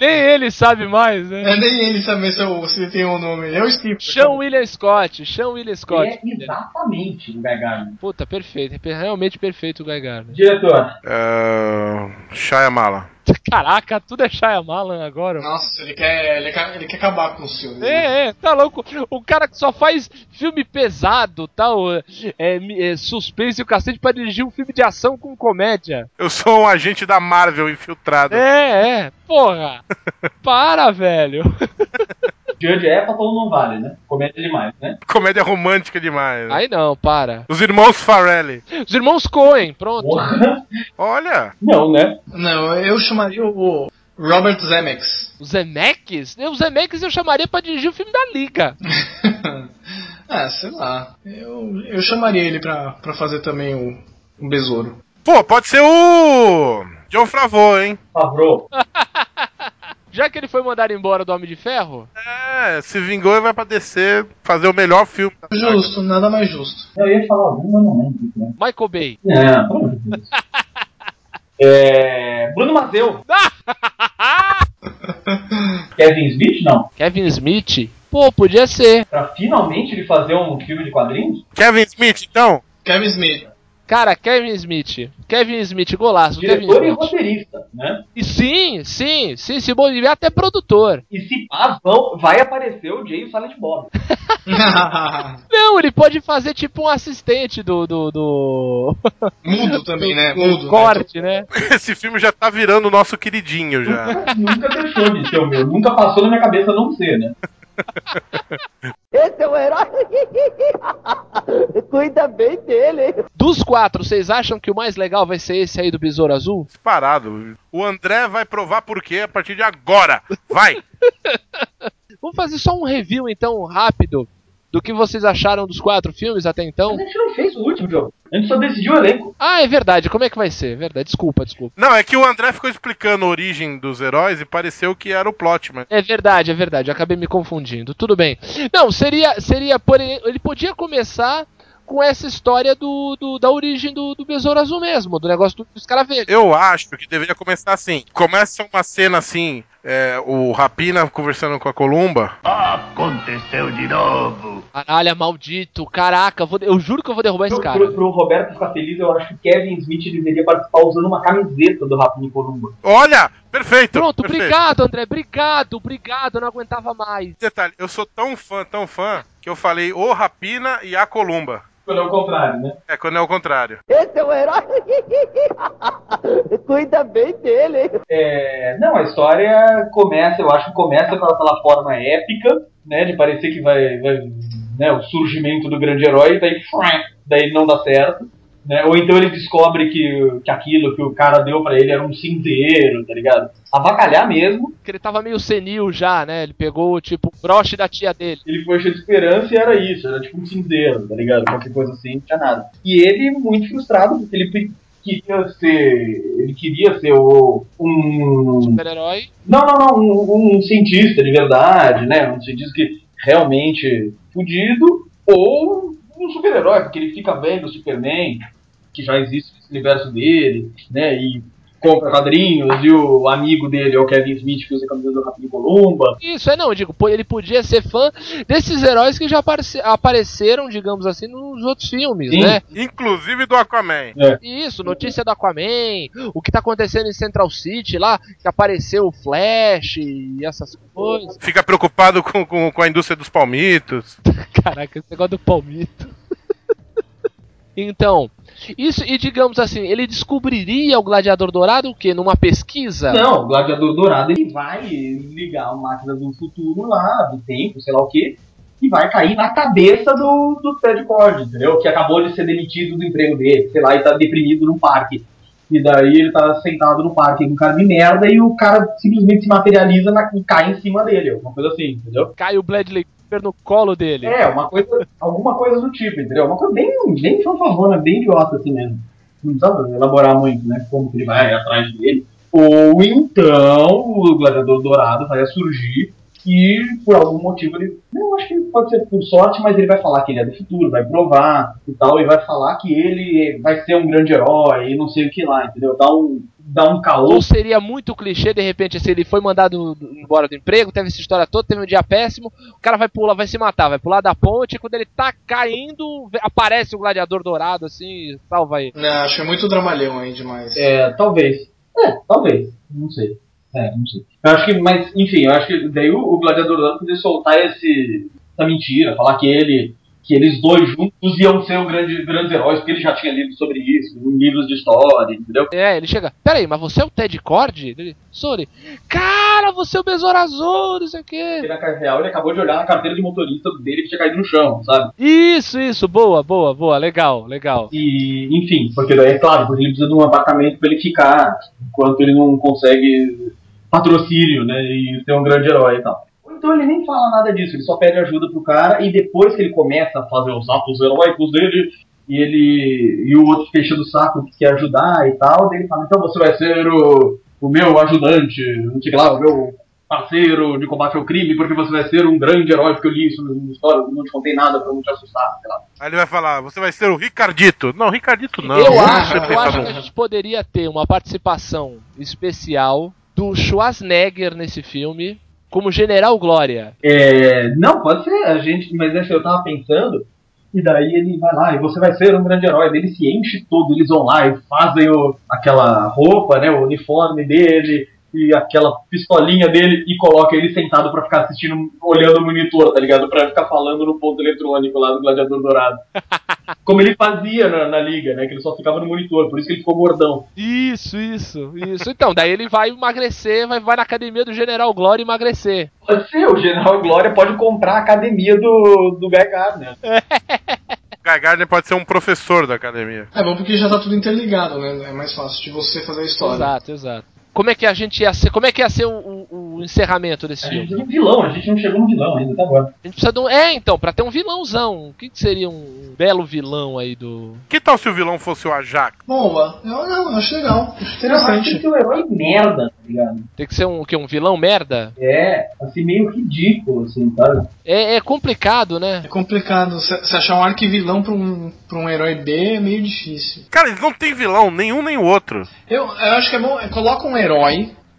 A: Nem ele sabe mais, né?
D: é nem ele saber se, eu- se tem o nome. Eu esquipo.
A: Sean William Scott, Sean William Scott.
C: É exatamente o Gargana.
A: Puta, perfeito, é per- realmente perfeito o né? Guy Gardner.
C: Diretor,
B: Uh, Shyamala.
A: Caraca, tudo é Shyamalan agora. mano.
D: Nossa, ele quer, ele, quer, ele quer acabar com o filme.
A: É, é, tá louco. O cara que só faz filme pesado, tal, é, é, suspense e o cacete pra dirigir um filme de ação com comédia.
B: Eu sou um agente da Marvel infiltrado.
A: É, é, porra. Para, velho.
C: Judge Apatow não vale, né? Comédia demais, né?
B: Comédia romântica demais. né?
A: Aí não, para.
B: Os irmãos Farelli.
A: Os irmãos Coen, pronto.
C: Porra.
B: Olha,
C: Não, né?
D: Não, eu chamaria o Robert Zemeckis.
A: Os Zemeckis? Eu- Os Zemeckis eu chamaria pra dirigir o filme da Liga.
D: ah, sei lá. Eu, eu chamaria ele pra, pra fazer também o, o besouro.
B: Pô, pode ser o. John Favreau, hein?
C: Favreau.
A: Já que ele foi mandado embora do Homem de Ferro,
B: É, se vingou e vai pra descer fazer o melhor filme. da saga.
D: Justo, nada mais justo.
C: Eu ia falar alguma, não lembro. Né?
A: Michael Bay.
C: Não, pelo amor de Deus. É, Bruno Mateu. Kevin Smith, não.
A: Kevin Smith? Pô, podia ser.
C: Pra finalmente ele fazer um filme de quadrinhos?
B: Kevin Smith, então?
D: Kevin Smith.
A: Cara, Kevin Smith. Kevin Smith, golaço. Kevin
C: Diretor e
A: Smith.
C: roteirista, né?
A: E sim, sim, sim, se bobear até produtor.
C: E se pá, vão, vai aparecer o Jay e o Silent Bob.
A: Não, ele pode fazer tipo um assistente do. do. do,
D: Mudo também, né?
A: do
D: Mudo.
A: corte, né?
B: Esse filme já tá virando o nosso queridinho já.
C: Nunca deixou de ser o meu. Nunca passou na minha cabeça não ser, né?
G: Esse é o herói. Cuida bem dele.
A: Dos quatro, vocês acham que o mais legal vai ser esse aí do Besouro Azul?
B: Disparado. O André vai provar por quê a partir de agora. Vai!
A: Vamos fazer só um review, então, rápido, do que vocês acharam dos quatro filmes até então.
C: Mas a gente não fez o último jogo. A gente só decidiu o elenco.
A: Ah, é verdade, como é que vai ser? É Verdade, desculpa, desculpa.
B: Não, é que o André ficou explicando a origem dos heróis e pareceu que era o plot, mas.
A: É verdade, é verdade, eu acabei me confundindo. Tudo bem. Não, seria, seria por ele, ele podia começar com essa história do, do- da origem do, do Besouro Azul mesmo, do negócio do, dos caras
B: Eu acho que deveria começar assim. Começa uma cena assim, é, o Rapina conversando com a Columba.
A: Caralho, é maldito, caraca, vou de- eu juro que eu vou derrubar esse
C: Pro,
A: cara.
C: pro, pro Roberto ficar feliz, eu acho que Kevin Smith deveria participar usando uma camiseta do Rapini Columba.
B: Olha! Perfeito!
A: Pronto,
B: perfeito.
A: obrigado, André, obrigado, obrigado, eu não aguentava mais.
B: Detalhe, eu sou tão fã, tão fã, que eu falei o Rapina e a Columba.
C: Quando é o contrário, né?
B: É quando é o contrário.
G: Esse é o herói. Cuida bem dele.
C: É, não, a história começa, eu acho que começa com aquela forma épica, né? De parecer que vai. vai né, o surgimento do grande herói, daí, daí não dá certo. né? Ou então ele descobre que, que aquilo que o cara deu pra ele era um cinzeiro, tá ligado? Avacalhar mesmo,
A: Porque ele tava meio senil já, né? Ele pegou, tipo, o broche da tia dele.
C: ele foi cheio de esperança e era isso, era tipo um cinzeiro, tá ligado? Qualquer coisa assim, não tinha nada. E ele muito frustrado, porque ele pe- queria ser. Ele queria ser o, um.
A: Super-herói.
C: Não, não, não, um, um cientista de verdade, né? Um cientista que realmente fudido, ou um super-herói, porque ele fica vendo o Superman, que já existe esse universo dele, né? E compra quadrinhos, e o amigo dele é o Kevin Smith, que usa a camisa do Rapid Columba.
A: Isso, é não, eu digo, pô, ele podia ser fã desses heróis que já aparece- apareceram, digamos assim, nos outros filmes,
C: Sim.
A: né?
B: Inclusive do Aquaman.
A: Isso, notícia do Aquaman, o que tá acontecendo em Central City lá, que apareceu o Flash e essas coisas.
B: Fica preocupado com, com, com a indústria dos palmitos.
A: Caraca, esse negócio do palmito. Então, isso, e digamos assim, ele descobriria o Gladiador Dourado o quê? Numa pesquisa?
C: Não, o Gladiador Dourado ele vai ligar a máquina do futuro lá, do tempo, sei lá o quê, e vai cair na cabeça do, do Ted Cord, entendeu? Que acabou de ser demitido do emprego dele, sei lá, e tá deprimido num parque. E daí ele tá sentado no parque com cara de merda e o cara simplesmente se materializa na- e cai em cima dele, alguma coisa assim, entendeu?
A: Cai o Bradley Cooper no colo dele.
C: É, uma coisa, alguma coisa do tipo, entendeu? Uma coisa bem, bem fanfarrona, bem idiota assim mesmo. Não precisa elaborar muito, né? Como que ele vai atrás dele. Ou então o Gladiador Dourado vai surgir e por algum motivo ele. Não, acho que pode ser por sorte, mas ele vai falar que ele é do futuro, vai provar e tal, e vai falar que ele vai ser um grande herói e não sei o que lá, entendeu? Dá um, dá um calor
A: Ou seria muito clichê, de repente, assim, ele foi mandado do- embora do emprego, teve essa história toda, teve um dia péssimo, o cara vai pular, vai se matar, vai pular da ponte, e quando ele tá caindo, ve- aparece o gladiador dourado, assim, e salva ele.
D: Não, achei é muito dramalhão aí demais.
C: É, talvez. É, talvez. Não sei. É, não sei. Eu acho que, mas, enfim, eu acho que daí o, o Gladiador Dano podia soltar esse, essa mentira, falar que ele. Que eles dois juntos iam ser um grande, grandes heróis, porque ele já tinha lido sobre isso, em livros de história, entendeu?
A: É, ele chega, peraí, mas você é o Ted Cord? Ele, Sori, cara, você é o Besouro Azul, não sei o quê.
C: Ele, na carreira real, ele acabou de olhar na carteira de motorista dele que tinha caído no chão, sabe?
A: Isso, isso, boa, boa, boa, legal, legal.
C: E, enfim, porque daí, é claro, porque ele precisa de um apartamento pra ele ficar, enquanto ele não consegue patrocínio, né, e ser um grande herói e tal. Ou Então ele nem fala nada disso, ele só pede ajuda pro cara, e depois que ele começa a fazer os atos heróicos dele, e ele e o outro fechando o saco que quer ajudar e tal, daí ele fala, então você vai ser o, o meu ajudante, não sei o que lá, o meu parceiro de combate ao crime, porque você vai ser um grande herói, porque eu li isso na história, não te contei nada pra não te assustar, sei lá.
B: Aí ele vai falar: você vai ser o Ricardito. Não, Ricardito não. é
A: eu
B: Deixa
A: acho, eu
B: pensar
A: acho
B: num-
A: que a gente poderia ter uma participação especial do Schwarzenegger nesse filme, como General Glória.
C: É, não, pode ser, a gente, mas essa eu tava pensando, e daí ele vai lá, e você vai ser um grande herói, daí ele se enche todo, eles vão lá e fazem o- aquela roupa, né, o uniforme dele, e aquela pistolinha dele, e coloca ele sentado pra ficar assistindo, olhando o monitor, tá ligado? Pra ficar falando no ponto eletrônico lá do Gladiador Dourado. Como ele fazia na, na liga, né, que ele só ficava no monitor, por isso que ele ficou gordão.
A: Isso, isso, isso. Então, daí ele vai emagrecer, vai, vai na academia do General Glória emagrecer.
C: Pode ser, o General Glória pode comprar a academia do, do Guy Gardner.
B: O Guy Gardner pode ser um professor da academia.
D: É bom porque já tá tudo interligado, né? É mais fácil de você fazer a história.
A: Exato, exato. Como é que a gente ia ser? Como é que ia ser o, o- o encerramento desse
C: A gente
A: filme?
C: tem um vilão, a gente não chegou no vilão ainda tá até agora.
A: A gente precisa de um. É, então, pra ter um vilãozão. O que, que seria um belo vilão aí do.
B: Que tal se o vilão fosse o Ajax?
D: Boa. Eu, eu acho legal. Acho
C: Eu acho
D: interessante.
C: que é um herói merda, tá ligado?
A: Tem que ser um, o quê? um vilão merda?
C: É, assim, meio ridículo, assim, sabe?
A: É, é complicado,
D: É
A: né?
D: complicado. Se se achar um arquivilão pra um, pra um herói B é meio difícil.
B: Cara, eles não têm vilão, nenhum nem o outro.
D: Eu, eu acho que é bom. é, Coloca um herói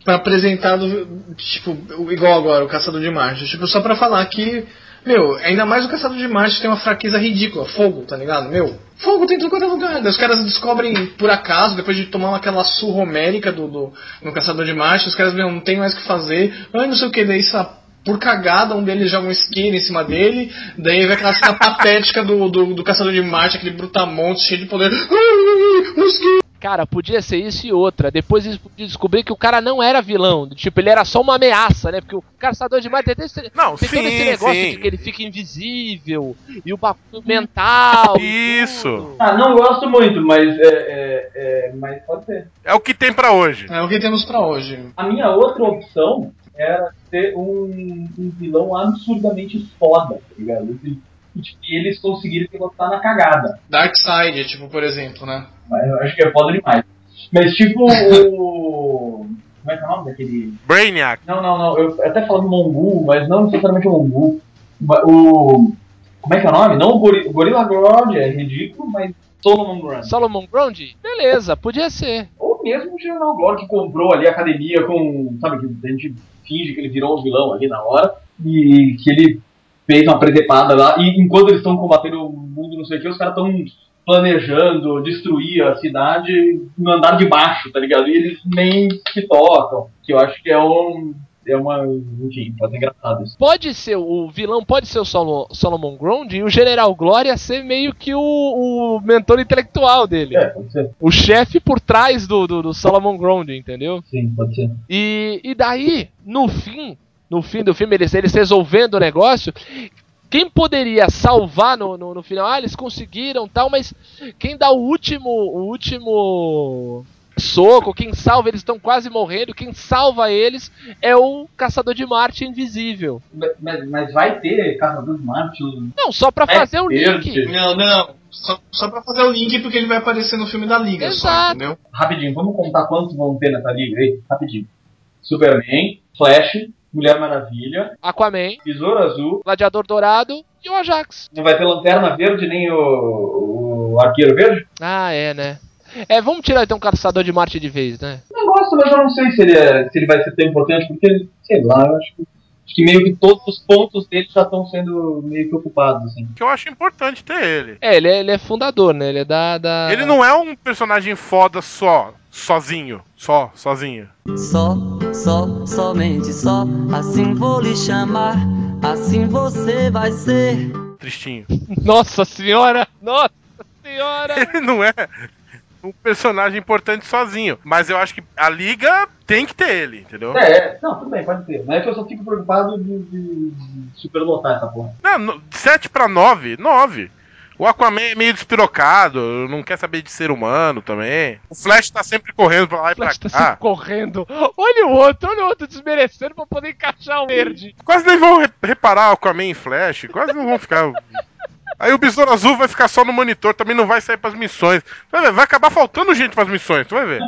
D: pra apresentar, do, tipo, o- igual agora, o Caçador de Marte. Tipo, só pra falar que. Meu, ainda mais o Caçador de Marte tem uma fraqueza ridícula. Fogo, tá ligado? Meu, fogo tem em tudo quanto é lugar. Daí os caras descobrem por acaso, depois de tomar aquela surra homérica do, do, no Caçador de Marte, os caras, meu, não tem mais o que fazer. Ai, não sei o que, daí sa- Por cagada, um deles joga um isqueiro em cima dele, daí vem aquela cena patética do, do, do caçador de Marte, aquele brutamonte cheio de poder. Ai, um isqueiro!
A: Cara, podia ser isso e outra. Depois eles podiam descobrir que o cara não era vilão. Tipo, ele era só uma ameaça, né? Porque o caçador de mata tem, esse-
B: Não,
A: tem todo esse
B: sim,
A: negócio
B: sim.
A: de que ele fica invisível e o bagulho mental. e
B: Isso.
A: tudo.
C: Ah, não gosto muito, mas é, é, é, mas pode ser.
B: É o que tem pra hoje.
D: É o que temos pra hoje.
C: A minha outra opção era ser um, um vilão absurdamente foda, tá ligado? Assim, tipo, E eles conseguiram derrotar na cagada.
D: Darkseid, tipo, por exemplo, né?
C: Mas eu acho que é foda demais. Mas tipo o. Como é que é o nome daquele.
B: Brainiac.
C: Não, não, não. Eu até falo do Mongu, mas não necessariamente o Mongu. Ma- O. Como é que é o nome? Não o, Gori... o Gorilla Grodd é ridículo, mas Solomon Grundy.
A: Solomon Grundy? Beleza, podia ser.
C: Ou mesmo o General Grodd que comprou ali a academia com. Sabe, que a gente finge que ele virou um vilão ali na hora. E que ele fez uma presepada lá. E enquanto eles estão combatendo o mundo, não sei o que, os caras estão planejando destruir a cidade no andar de baixo, tá ligado? E eles nem se tocam. Que eu acho que é um. É uma. Enfim, pode ser engraçado isso.
A: Pode ser, o vilão pode ser o Solo- Solomon Grundy e o General Glória ser meio que o, o mentor intelectual dele.
C: É, pode ser.
A: O chefe por trás do, do, do Solomon Grundy, entendeu?
C: Sim, pode ser.
A: E, e daí, no fim, no fim do filme, eles, eles resolvendo o negócio. Quem poderia salvar no, no, no final? Ah, eles conseguiram tal, mas quem dá o último. O último soco, quem salva, eles estão quase morrendo, quem salva eles é o caçador de Marte invisível.
C: Mas- Mas, mas vai ter Caçador de Marte? um-
A: Não, só pra
C: É
A: fazer o
C: verde.
A: link.
D: Não, não. Só, só pra fazer o link, porque ele vai aparecer no filme da Liga,
A: Exato.
D: só, entendeu?
C: Rapidinho, vamos contar quantos vão ter nessa liga aí? Rapidinho. Superman, Flash, Mulher Maravilha,
A: Aquaman,
C: Besouro Azul,
A: Gladiador Dourado e o Ajax.
C: não vai ter Lanterna Verde nem o, o Arqueiro Verde?
A: Ah, é, né? É, vamos tirar então o caçador de Marte de vez, né?
C: Não gosto, mas eu não sei se ele, é- se ele vai ser tão importante, porque, sei lá, eu acho que, acho que meio que todos os pontos dele já estão sendo meio que ocupados, assim.
B: Que eu acho importante ter ele.
A: É, ele é, ele é fundador, né? Ele é da. da...
B: Ele não é um personagem foda só. Sozinho. Só, sozinho.
H: Só, só, somente só, assim vou lhe chamar, assim você vai ser.
B: Tristinho.
A: Nossa senhora! Nossa senhora!
B: Ele não é um personagem importante sozinho. Mas eu acho que a liga tem que ter ele, entendeu?
C: É, é, não, tudo bem, pode ter. Mas é que eu só fico preocupado de, de- de superlotar essa porra.
B: Não, no- de 7 pra 9, 9. O Aquaman é meio despirocado, não quer saber de ser humano também. O Flash tá sempre correndo pra lá e
A: O Flash tá
B: pra
A: sempre
B: cá.
A: correndo. Olha o outro, olha o outro desmerecendo pra poder encaixar o verde.
B: Quase nem vão re- reparar o Aquaman e Flash, quase não vão ficar. Aí o Besouro Azul vai ficar só no monitor, também não vai sair pras missões. Tu Vai ver, vai acabar faltando gente pras missões, tu vai ver.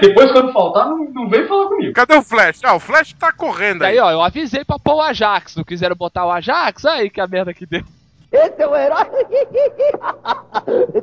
C: Depois, quando faltar, não, não vem falar comigo.
B: Cadê o Flash? Ah, o Flash tá correndo aí.
A: Daí, ó, eu avisei pra pôr o Ajax. Não quiseram botar o Ajax? Aí que a merda que deu.
G: Esse é o herói.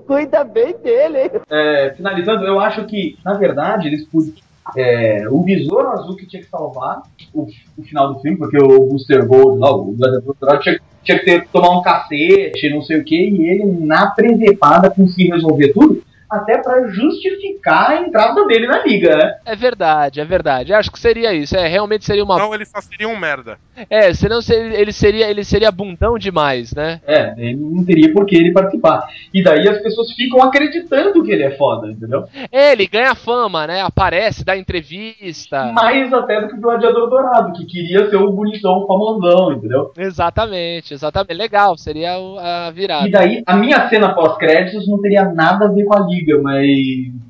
G: Cuida bem dele. hein?
C: É, finalizando, eu acho que, na verdade, eles podiam. é, o Besouro Azul que tinha que salvar o, o final do filme, porque o Booster Gold lá, o Gladiador Dourado, tinha, tinha que ter, tomar um cacete, não sei o que, e ele, na presepada, conseguir resolver tudo, até pra justificar a entrada dele na liga, né?
A: É verdade, é verdade. Eu acho que seria isso. É, realmente seria uma.
B: Então ele só seria um merda.
A: É, senão seria- ele seria, ele seria bundão demais, né?
C: É, ele não teria por que ele participar. E daí as pessoas ficam acreditando que ele é foda, entendeu?
A: É, ele ganha fama, né? Aparece, dá entrevista.
C: Mais até do que o Gladiador Dourado, que queria ser o bonitão, o famosão, entendeu?
A: Exatamente, exatamente. Legal, seria o- a virada.
C: E daí, a minha cena pós-créditos não teria nada a ver com a liga, mas.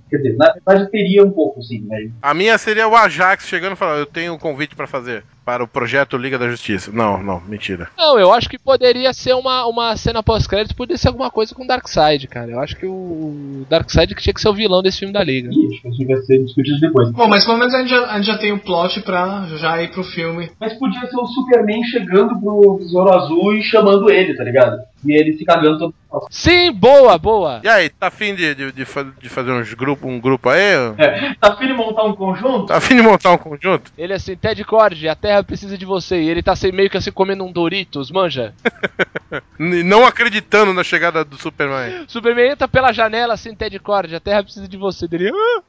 C: Quer dizer, na verdade teria um pouco, sim, mas.
B: A minha seria o Ajax chegando e falando: Eu tenho um convite pra fazer para o projeto Liga da Justiça. Não, não, mentira.
A: Não, eu acho que poderia ser uma, uma cena pós-crédito, poderia ser alguma coisa com o Darkseid, cara. Eu acho que o Darkseid que tinha que ser o vilão desse filme da Liga.
C: Ih, acho que isso vai ser discutido depois.
D: Bom, mas pelo menos a gente já, a gente já tem o plot pra já ir pro filme.
C: Mas podia ser o Superman chegando pro Besouro Azul e chamando ele, tá ligado? E ele se cagando todo.
A: Sim, boa, boa.
B: E aí, tá afim de, de, de fa- de fazer uns grupo, um grupo aí?
C: Tá afim de montar um conjunto?
B: Tá afim de montar um conjunto?
A: Ele assim, Ted Cord, a Terra precisa de você. E ele tá assim, meio que assim comendo um Doritos, manja.
B: N- não acreditando na chegada do Superman.
A: Superman entra pela janela assim, Ted Cord, a Terra precisa de você. Dele, "Ah!"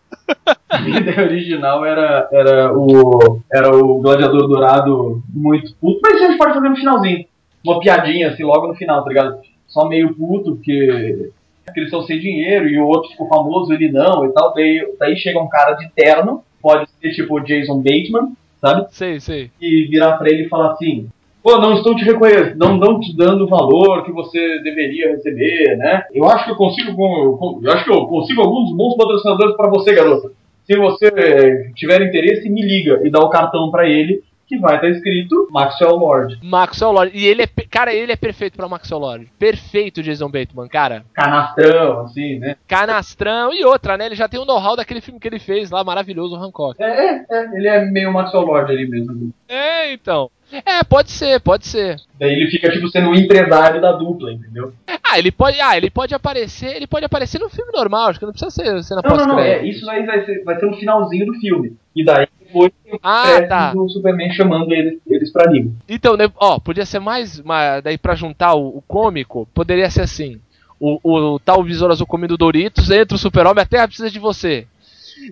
C: A ideia original era, era, o, era o Gladiador Dourado muito puto, mas a gente pode fazer no finalzinho. Uma piadinha, assim, logo no final, tá ligado? Só meio puto, porque que eles estão sem dinheiro e o outro ficou famoso, ele não e tal. Daí, daí chega um cara de terno, pode ser tipo o Jason Bateman, sabe?
A: Sei, sei.
C: E virar pra ele e falar assim: Pô, não estou te reconhecendo, não, não te dando o valor que você deveria receber, né? Eu acho que eu consigo, com- com- eu acho que eu consigo alguns bons patrocinadores pra você, garota. Se você eh, tiver interesse, me liga e dá o cartão pra ele que vai estar escrito Maxwell Lord.
A: Maxwell Lord. E ele é. pe- Cara, ele é perfeito pra Maxwell Lord. Perfeito, Jason Bateman, cara.
C: Canastrão, assim, né?
A: Canastrão e outra, né? Ele já tem o know-how daquele filme que ele fez lá, maravilhoso, o Hancock.
C: É, é, é, ele é meio Maxwell Lord ali mesmo.
A: É, então. É, pode ser, pode ser.
C: Daí ele fica tipo sendo o empresário da dupla, entendeu?
A: Ah, ele pode, ah, ele pode aparecer, ele pode aparecer no filme normal, acho que não precisa ser cena
C: Não, não, não, é,
A: pós-crédito.
C: isso aí vai ser, vai ser um finalzinho do filme. E daí depois tem É, tipo, o
A: Ah,
C: crédito
A: tá.
C: do Superman chamando eles, eles pra liga.
A: Então, né, ó, podia ser mais, ma- daí pra juntar o, o cômico, poderia ser assim. O, o, tal Visor Azul comendo Doritos, entra o super-homem, a Terra precisa de você.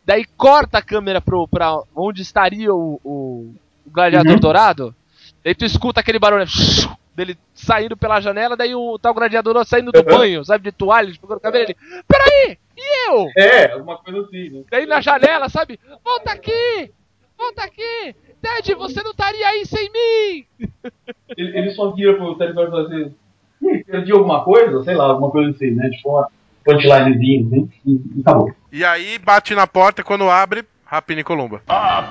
A: Daí corta a câmera pro, pra onde estaria o, o, o gladiador
C: Uhum.
A: dourado. Daí tu escuta aquele barulho né, dele saindo pela janela, daí o tal gladiador dourado saindo do
C: Uhum.
A: banho, sabe, de toalha, jogando cabelo. Ele, peraí, e eu?
C: É, alguma coisa assim, né?
A: Daí na janela, sabe? Volta aqui! Volta aqui! Ted, você não estaria aí sem mim!
C: Ele, ele só vira pro território e fala assim, "Ih, perdi alguma coisa, sei lá, alguma coisa assim, né? Tipo uma punchlinezinha, assim, e, e acabou.
B: E aí bate na porta e quando abre, Rapini Columba.
A: Ah,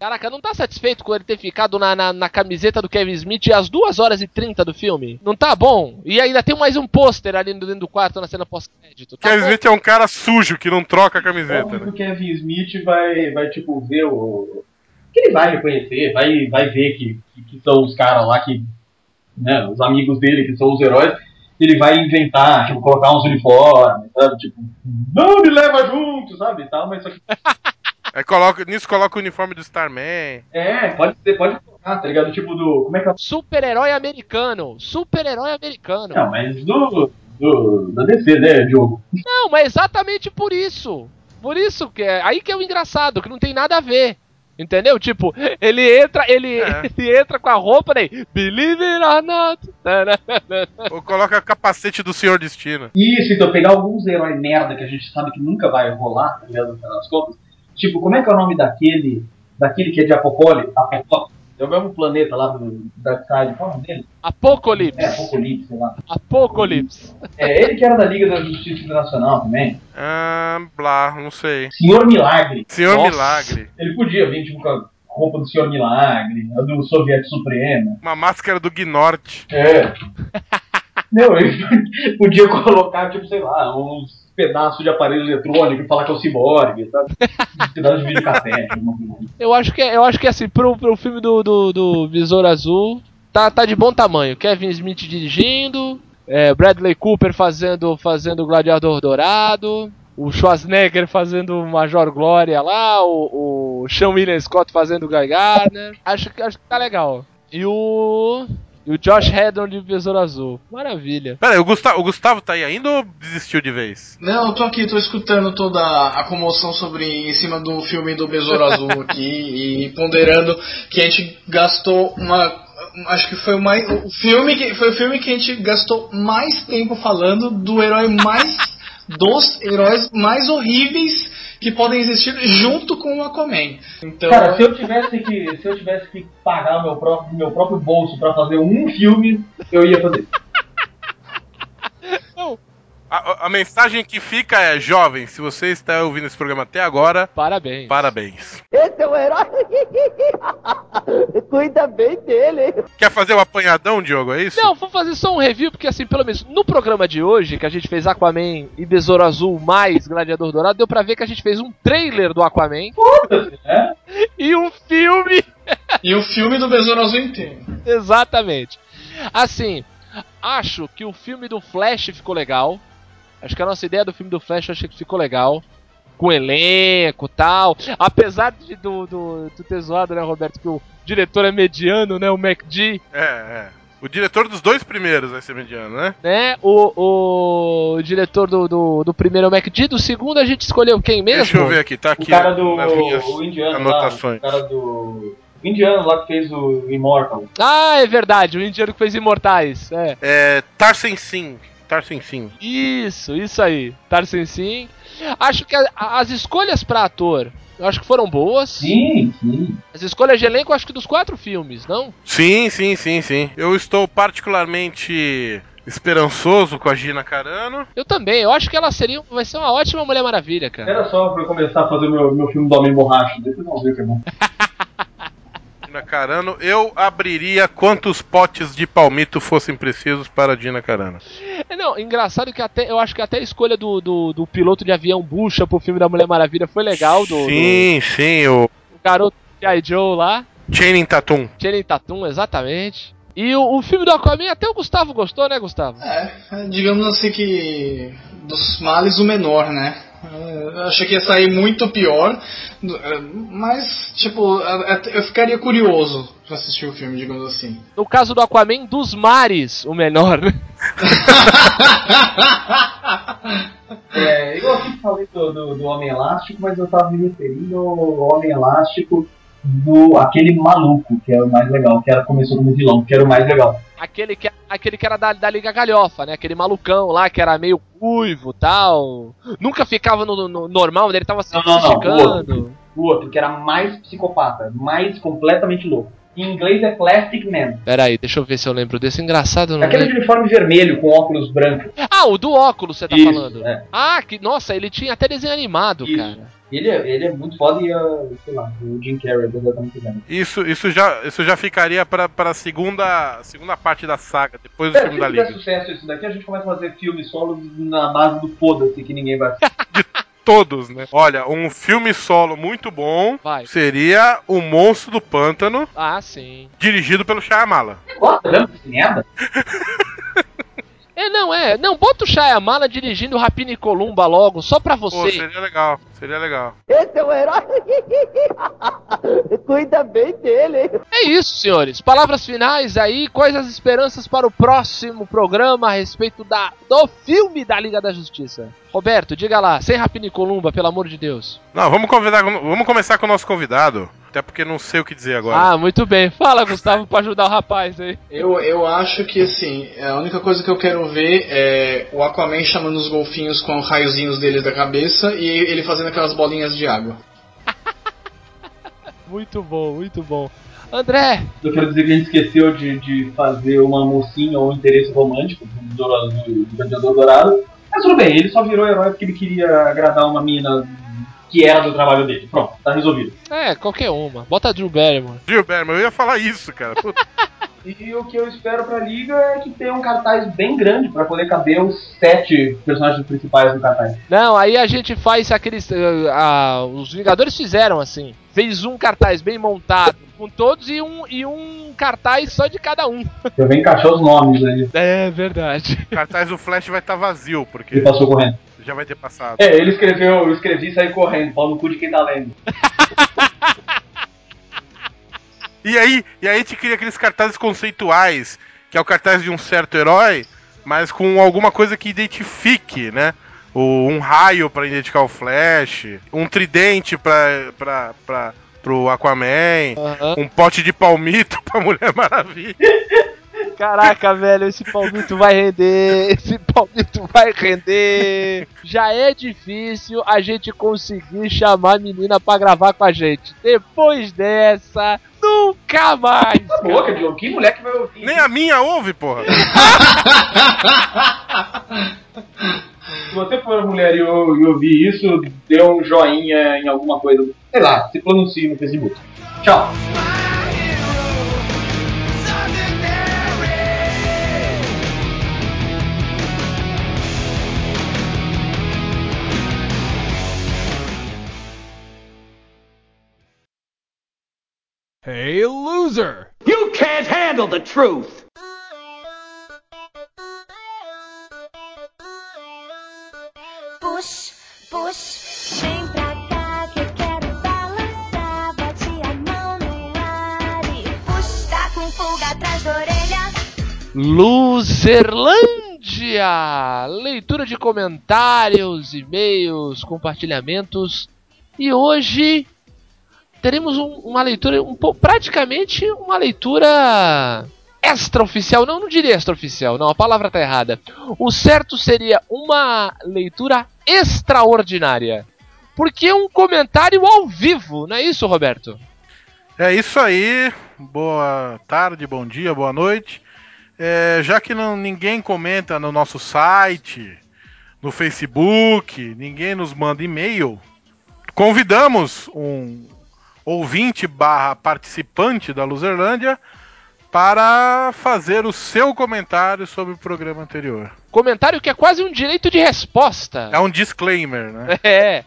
A: Caraca, não tá satisfeito com ele ter ficado na, na, na camiseta do Kevin Smith às 2 horas e 30 do filme? Não tá bom? E ainda tem mais um pôster ali dentro do quarto na cena pós-crédito. Tá
B: Kevin
A: bom?
B: Smith é um cara sujo que não troca a camiseta,
C: Óbvio que
B: né?
C: o Kevin Smith vai, vai tipo, ver o. que ele vai reconhecer, vai, vai ver que, que, que são os caras lá que. Né, os amigos dele, que são os heróis. Ele vai inventar, tipo, colocar uns uniformes, sabe? Tipo, não me leva junto, sabe? E tal, mas só que.
B: Aí coloca, nisso coloca o uniforme do Starman.
C: É, pode ser, pode colocar, tá ligado? Tipo, do. Como é que é?
A: Super-herói americano! Super-herói americano!
B: Ah.
C: Não, mas do. do da DC, né, Diogo?
A: Não, mas é exatamente por isso. Por isso que é. Aí que é o engraçado, que não tem nada a ver. Entendeu? Tipo, ele entra, ele,
B: É.
A: ele entra com a roupa, né? Believe it or not. Né,
B: Ou coloca o capacete do Senhor Destino.
C: Isso, então pegar alguns heróis merda que a gente sabe que nunca vai rolar, tá ligado? No final das contas. Tipo, como é que é o nome daquele. Daquele que é de Apocalipse? Apocalipse. É o mesmo planeta lá do Dark Side. Qual é o nome dele? É,
A: Apocalipse.
C: Apocalipse, sei lá.
A: Apocalipse.
C: É ele que era da Liga da Justiça Internacional também.
B: Ah, blá, não sei.
C: Senhor Milagre.
B: Senhor
A: Nossa.
B: Milagre.
C: Ele podia vir tipo, com a roupa do Senhor Milagre, a do Soviético Supremo.
B: Uma máscara do Gnorte.
C: É. Não, ele podia colocar, tipo, sei lá, uns pedaços de aparelho eletrônico e falar que é o ciborgue, sabe? Um pedaço de videocassete, alguma coisa. assim.
A: Eu acho que, é- eu acho que assim, pro, pro filme do, do, do Visor Azul, tá, tá de bom tamanho. Kevin Smith dirigindo, é, Bradley Cooper fazendo, fazendo o Gladiador Dourado, o Schwarzenegger fazendo o Major Glória lá, o, o Sean William Scott fazendo o Guy Gardner. Acho, que- acho que tá legal. E o. E o Josh Hedon de Visor Azul. Maravilha.
B: Pera aí, o Gustavo, o Gustavo tá aí ainda ou desistiu de vez?
D: Não, eu tô aqui, tô escutando toda a comoção sobre em cima do filme do Besouro Azul aqui e ponderando que a gente gastou uma acho que foi o mais o filme que foi o filme que a gente gastou mais tempo falando do herói mais dos heróis mais horríveis que podem existir junto com o Aquaman. Então,
C: Cara, se eu tivesse que, se eu tivesse que pagar o meu próprio, meu próprio bolso pra fazer um filme, eu ia fazer.
B: A, a- a mensagem que fica é: jovem, se você está ouvindo esse programa até agora,
A: Parabéns.
B: parabéns.
G: Esse é o herói. Cuida bem dele, hein?
B: Quer fazer o apanhadão, Diogo? É isso?
A: Não, vou fazer só um review, porque assim, pelo menos no programa de hoje, que a gente fez Aquaman e Besouro Azul mais Gladiador Dourado, deu pra ver que a gente fez um trailer do Aquaman
C: né?
A: e um filme.
D: e o filme do Besouro Azul inteiro.
A: Exatamente. Assim, acho que o filme do Flash ficou legal. Acho que a nossa ideia do filme do Flash eu achei que ficou legal. Com elenco e tal. Apesar de do, do, do ter zoado, né, Roberto, que o diretor é mediano, né? O MacD.
B: É, é. O diretor dos dois primeiros vai ser mediano, né?
A: né? O, o diretor do, do, do primeiro é o MacD, do segundo a gente escolheu quem mesmo?
B: Deixa eu ver aqui, tá
C: O
B: aqui
C: cara do.
B: nas minhas
C: O indiano lá.
B: anotações.
C: O cara do. O indiano lá que fez o Immortal.
A: Ah, é verdade, o indiano que fez Imortais. É.
B: É. Tarsen Sim. Tarsensin.
A: Isso, isso aí. Tarsen Sim. Acho que a- a- as escolhas pra ator, eu acho que foram boas.
C: Sim, sim.
A: As escolhas de elenco, eu acho que dos quatro filmes, não?
B: Sim, sim, sim, sim. Eu estou particularmente esperançoso com a Gina Carano.
A: Eu também. Eu acho que ela seria, vai ser uma ótima Mulher Maravilha, cara.
C: Era só pra eu começar a fazer meu, meu filme do Homem Borracha. Depois vamos ver o que é bom.
B: Gina Carano, eu abriria quantos potes de palmito fossem precisos para a Gina Carano.
A: É, Não, engraçado que até eu acho que até a escolha do, do, do piloto de avião bucha pro filme da Mulher Maravilha foi legal, do, do,
B: Sim, sim, o
A: do garoto G.I. Joe lá,
B: Channing Tatum.
A: Channing Tatum, exatamente. E o, o filme do Aquaman até o Gustavo gostou, né, Gustavo?
D: É, digamos assim que dos males o menor, né? Eu achei que ia sair muito pior, é, mas, tipo, eu ficaria curioso pra assistir o filme, digamos assim.
A: No caso do Aquaman dos mares, o menor. né?
C: É, eu aqui falei do, do, do Homem Elástico, mas eu tava me referindo ao Homem Elástico do aquele maluco, que era o mais legal, que era, começou como vilão, que era o mais legal.
A: Aquele que, aquele que era da, da Liga Galhofa, né? Aquele malucão lá que era meio cuivo tal. Nunca ficava no, no normal, né? ele tava se
C: Não, não, não,
A: esticando.
C: O outro, que era mais psicopata, mais completamente louco. Em inglês é Plastic Man.
A: Pera aí, deixa eu ver se eu lembro desse. Engraçado, eu não
C: Aquele de
A: lembro.
C: uniforme vermelho com óculos brancos.
A: Ah, o do óculos você tá
C: Isso,
A: falando.
C: é.
A: Ah, que. Nossa, ele tinha até desenho animado,
C: Isso.
A: cara.
C: Ele é, ele é muito foda e, ah, sei lá, o Jim Carrey é exatamente bem.
B: Isso, isso, já, isso já ficaria para a segunda, segunda parte da saga, depois do
C: Se
B: filme da
C: fizer
B: Liga.
C: sucesso isso daqui, a gente começa a fazer filmes solos na base do foda-se que ninguém vai
B: Todos, né? Olha, um filme solo muito bom
A: Vai.
B: seria O Monstro do Pântano,
A: Ah, sim.
B: dirigido pelo Shyamala.
C: Gosta mesmo desse merda?
A: É, não, é. Não, bota o Shyamala dirigindo o Rapini Columba logo, só pra
B: Pô,
A: você.
B: seria legal, seria legal.
G: Esse é o herói. Cuida bem dele.
A: É isso, senhores. Palavras finais aí, quais as esperanças para o próximo programa a respeito da, do filme da Liga da Justiça? Roberto, diga lá, sem Rapini Columba, pelo amor de Deus.
B: Não, vamos, convidar, vamos começar com o nosso convidado, até porque não sei o que dizer agora.
A: Ah, muito bem. Fala, Gustavo, pra ajudar o rapaz aí.
D: Eu, eu acho que, assim, a única coisa que eu quero ver é o Aquaman chamando os golfinhos com os raiozinhos deles da cabeça e ele fazendo aquelas bolinhas de água.
A: Muito bom, muito bom. André,
C: Eu quero dizer que a gente esqueceu de, de fazer uma mocinha ou um interesse romântico do, do, do, do Gladiador Dourado. Mas tudo bem, ele só virou herói porque ele queria agradar uma mina que era do trabalho dele. Pronto, tá resolvido.
A: é, qualquer uma. Bota a Drew Barrymore.
B: Gil Berman, eu ia falar isso, cara. Puta,
C: E o que eu espero pra Liga é que tenha um cartaz bem grande pra poder caber os sete personagens principais no cartaz.
A: Não, aí a gente faz aqueles. eh, ah, os Vingadores fizeram assim. Fez um cartaz bem montado com todos e um, e um cartaz só de cada um.
C: Eu venho encaixar os nomes ali
A: É verdade.
B: o cartaz do Flash vai estar vazio,
C: que
B: porque
C: passou correndo.
B: já vai ter passado.
C: É, ele escreveu, eu escrevi e saí correndo, pau no cu de quem tá lendo.
B: E aí, e aí a gente cria aqueles cartazes conceituais, que é o cartaz de um certo herói, mas com alguma coisa que identifique, né? O, um raio pra identificar o Flash, um tridente pra, pra, pra, pro Aquaman,
A: Aham.
B: um pote de palmito pra Mulher Maravilha.
A: Caraca, velho, esse palmito vai render, esse palmito vai render. Já é difícil a gente conseguir chamar a menina pra gravar com a gente. Depois dessa, nunca mais.
C: Tá louca, Diogo? Que moleque vai ouvir?
B: Nem a minha ouve, porra.
C: Se você for mulher e, ou- e ouvir isso, dê um joinha em alguma coisa. Sei lá, se pronuncie no Facebook. Tchau.
I: Hey, loser!
E: You can't handle the truth.
J: Push, push, vem pra cá que eu quero balançar. Bate a mão no ar e puxa, tá com pulga atrás da orelha.
A: Luzerlândia! Leitura de comentários, e-mails, compartilhamentos. E hoje teremos um- uma leitura, um, po- praticamente uma leitura extraoficial, não, não diria extraoficial, não, a palavra tá errada. O certo seria uma leitura extraordinária. Porque é um comentário ao vivo, não é isso, Roberto?
B: É isso aí. Boa tarde, bom dia, boa noite. É, já que não, ninguém comenta no nosso site, no Facebook, ninguém nos manda e-mail, convidamos um ouvinte barra participante da Luzerlândia para fazer o seu comentário sobre o programa anterior.
A: Comentário que é quase um direito de resposta.
B: É um disclaimer, né?
A: É.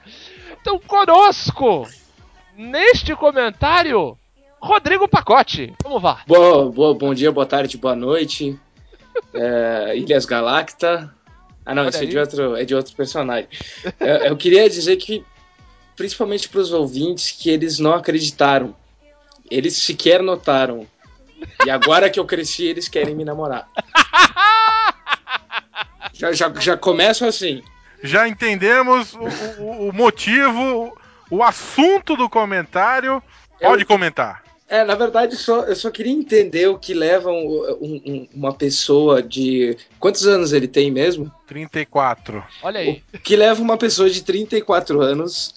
A: Então, conosco, neste comentário, Rodrigo Pacote. Vamos lá.
K: Boa, boa, bom dia, boa tarde, boa noite. É, Ilhas Galacta. Ah, não,
A: Olha
K: isso é
A: aí.
K: de, outro, é de outro personagem. É, eu queria dizer que, principalmente para os ouvintes, que eles não acreditaram. Eles sequer notaram. E agora que eu cresci, eles querem me namorar. Já, já, já começo assim.
B: Já entendemos o, o- o motivo, o assunto do comentário. Pode comentar.
K: É, na verdade, só, eu só queria entender o que leva um- um- um- uma pessoa de. Quantos anos ele tem mesmo?
B: 34.
A: Olha aí.
K: O que leva uma pessoa de 34 anos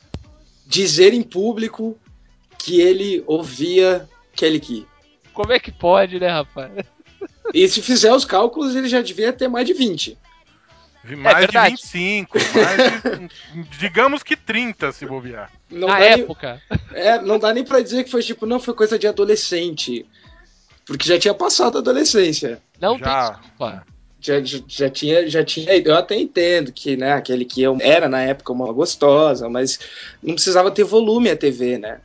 K: dizer em público que ele ouvia Kelly Key.
A: Como é que pode, né, rapaz?
K: E se fizer os cálculos, ele já devia ter mais de 20.
B: Mais de
K: verdade.
B: 25, mais de, digamos que 30 se bobear.
K: Não
A: Ah,
K: dá nem- é, não dá nem pra dizer que foi tipo, não, foi coisa de adolescente. Porque já tinha passado a adolescência.
A: Não
K: tem
A: desculpa.
K: Já, já, já tinha, já tinha. Eu até entendo que, né, aquele que eu era na época uma gostosa, mas não precisava ter volume a TV, né?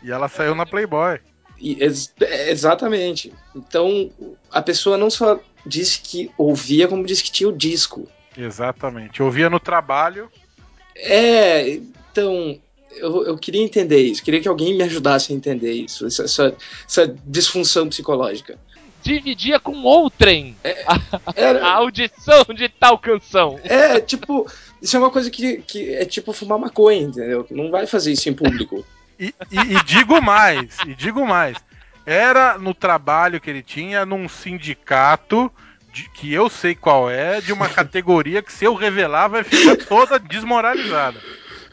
B: E ela saiu na Playboy.
K: E ex- é, exatamente. Então, a pessoa não só disse que ouvia, como disse que tinha o disco.
B: Exatamente. Eu via no trabalho.
K: É, então, eu, eu queria entender isso. Queria que alguém me ajudasse a entender isso, essa, essa- essa disfunção psicológica.
A: Dividia com outrem a,
K: era-
A: a audição de tal canção.
K: É, tipo, isso é uma coisa que, que é tipo fumar maconha, entendeu? Não vai fazer isso em público.
B: E, e- e digo mais, e digo mais. Era no trabalho que ele tinha, num sindicato, de- que eu sei qual é, de uma categoria que se eu revelar vai ficar toda desmoralizada.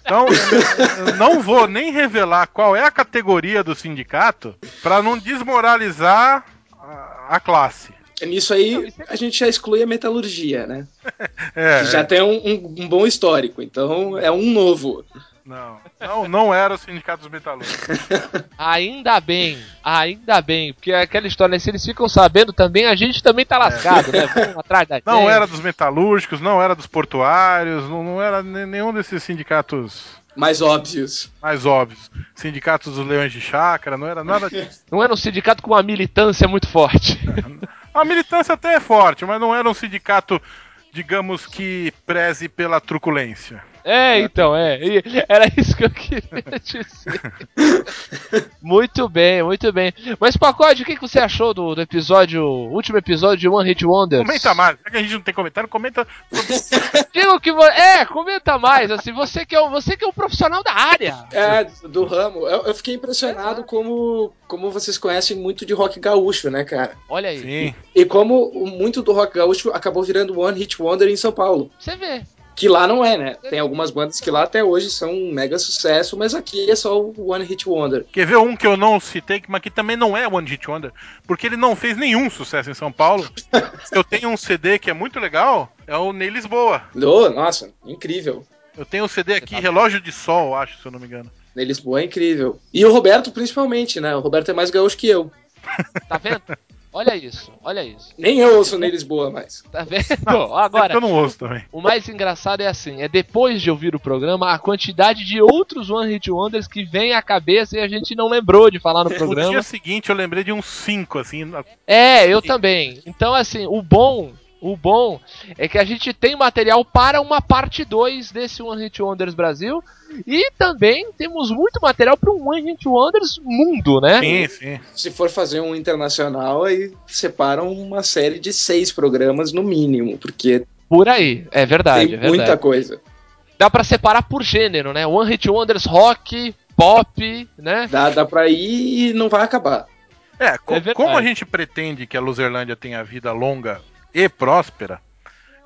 B: Então, eu- eu não vou nem revelar qual é a categoria do sindicato para não desmoralizar a, a classe.
K: Nisso aí, a gente já exclui a metalurgia, né?
B: É,
K: que já
B: é.
K: tem um, um- um bom histórico, então é um novo.
B: Não, não, não era o sindicato dos metalúrgicos.
A: Ainda bem, ainda bem, porque é aquela história, né, se eles ficam sabendo também, a gente também tá lascado, né? Vão atrás da
B: Não
A: gente.
B: era dos metalúrgicos, não era dos portuários, não, não era ne- nenhum desses sindicatos
K: Mais óbvios.
B: mais óbvios. Sindicatos dos leões de chácara, não era nada disso.
A: Não era um sindicato com uma militância muito forte.
B: A militância até é forte, mas não era um sindicato, digamos que preze pela truculência.
A: É, então, é. E Era isso que eu queria dizer. muito bem, muito bem. Mas, Pacote, o que que você achou do, do episódio, último episódio de One Hit Wonders?
B: Comenta mais, já que a gente não tem comentário, comenta.
A: Diga o que vo- É, comenta mais, assim, você que é, o- você que é um profissional da área.
K: É, do ramo. Eu, eu fiquei impressionado como, como vocês conhecem muito de rock gaúcho, né, cara?
A: Olha aí,
B: Sim.
K: E como o- muito do rock gaúcho acabou virando One Hit Wonder em São Paulo.
A: você vê.
K: Que lá não é, né? Tem algumas bandas que lá até hoje são um mega sucesso, mas aqui é só o One Hit Wonder.
B: Quer ver um que eu não citei, mas que também não é One Hit Wonder, porque ele não fez nenhum sucesso em São Paulo. Eu tenho um CD que é muito legal, é o Ney Lisboa.
K: Oh, nossa, incrível.
B: Eu tenho um CD aqui, Relógio de Sol, eu acho, se eu não me engano.
K: Né, Lisboa é incrível. E o Roberto, principalmente, né? O Roberto é mais gaúcho que eu.
A: Tá vendo? Olha isso, olha isso.
K: Nem eu ouço Ney Lisboa mais.
A: Tá vendo? Agora,
B: Eu não ouço também.
A: o mais engraçado é assim, é depois de ouvir o programa, a quantidade de outros One Hit Wonders que vem à cabeça e a gente não lembrou de falar no
B: No dia
A: programa.
B: seguinte eu lembrei de uns cinco, assim. na-
A: É, eu também. Então, assim, o bom, o bom é que a gente tem material para uma parte 2 desse One Hit Wonders Brasil e também temos muito material para um One Hit Wonders mundo, né?
B: Sim, sim.
K: Se for fazer um internacional, aí separam uma série de seis programas no mínimo, porque
A: Por aí, é verdade,
K: tem
A: é verdade.
K: muita coisa.
A: Dá pra separar por gênero, né? One Hit Wonders rock, pop, né?
K: Dá, dá pra ir e não vai acabar.
B: É, co-
A: verdade.
B: como a gente pretende que a Luzerlândia tenha vida longa e próspera,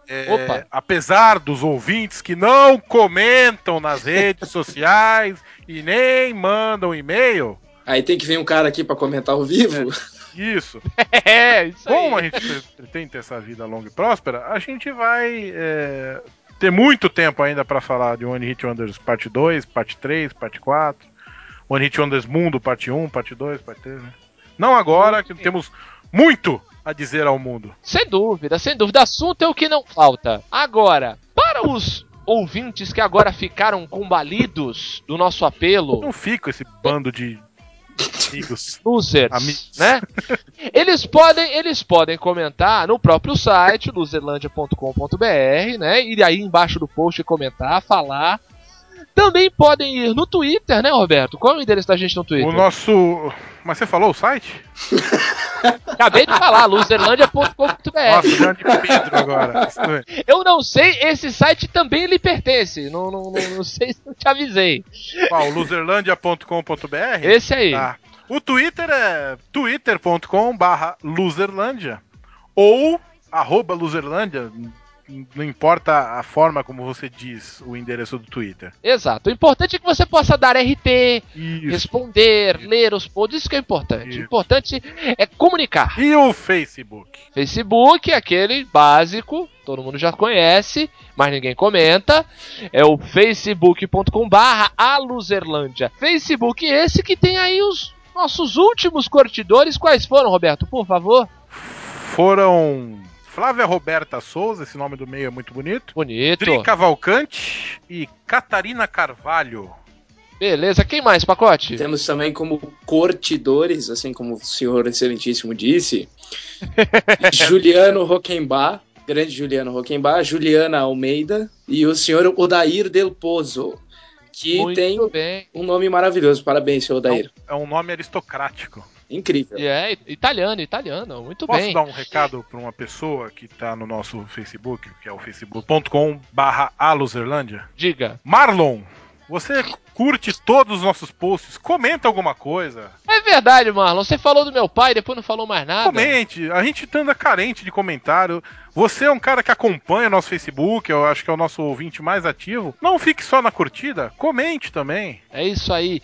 B: é,
A: Opa.
B: apesar dos ouvintes que não comentam nas redes sociais e nem mandam e-mail,
K: Aí tem que vir um cara aqui pra comentar ao vivo.
B: isso.
A: É, isso
B: Como a
A: aí.
B: gente pre- pretende ter essa vida longa e próspera, a gente vai é, ter muito tempo ainda pra falar de One Hit Wonders parte 2, parte 3, parte 4, One Hit Wonders Mundo parte 1, parte 2, parte 3, né? Não agora, que temos muito a dizer ao mundo.
A: Sem dúvida, sem dúvida. Assunto é o que não falta. Agora, para os ouvintes que agora ficaram combalidos do nosso apelo,
B: Não fica esse bando de amigos.
A: losers,
B: Amigos.
A: né? Eles podem, eles podem comentar no próprio site luzerlandia.com.br, né? E aí embaixo do post comentar, falar. Também podem ir no Twitter, né, Roberto? Qual é o endereço da gente no Twitter?
B: O nosso. Mas você falou o site?
A: Acabei de falar, luzerlandia.com.br.
B: Nossa, grande Pedro agora. Isso é.
A: Eu não sei, esse site também lhe pertence. Não, não, não, não sei se eu te avisei.
B: Qual? Loserlandia.com.br?
A: Esse aí.
B: Tá. O Twitter é twitter.com barra loserlândia ou arroba loserlândia, n- não importa a forma como você diz o endereço do Twitter.
A: Exato. O importante é que você possa dar RT,
B: Isso.
A: responder, ler os posts. Isso que é importante.
B: Isso.
A: O importante é comunicar.
B: E o Facebook?
A: Facebook é aquele básico, todo mundo já conhece, mas ninguém comenta. É o facebook.com barra aluzerlândia. Facebook esse que tem aí os nossos últimos curtidores. Quais foram, Roberto? Por favor.
B: Foram Flávia Roberta Souza, esse nome do meio é muito bonito.
A: Bonito.
B: Dri Cavalcante e Catarina Carvalho.
A: Beleza. Quem mais, Pacote?
K: Temos também como curtidores, assim como o senhor excelentíssimo disse, Juliano Roquembar, grande Juliano Roquembar, Juliana Almeida e o senhor Odair Del Pozo, que
A: Muito
K: tem
A: bem.
K: um nome maravilhoso. Parabéns, senhor Odair.
B: É um nome aristocrático.
K: Incrível.
A: E é italiano, italiano. Muito
B: Posso
A: bem.
B: dar um recado para uma pessoa que tá no nosso Facebook, que é o facebook.com barra aluzerlândia?
A: Diga.
B: Marlon, você curte todos os nossos posts, comenta alguma coisa,
A: É verdade, Marlon. Você falou do meu pai, depois não falou mais nada.
B: comente, a gente anda carente de comentário, você é um cara que acompanha nosso Facebook, eu acho que é o nosso ouvinte mais ativo, não fique só na curtida, comente também.
A: É isso aí.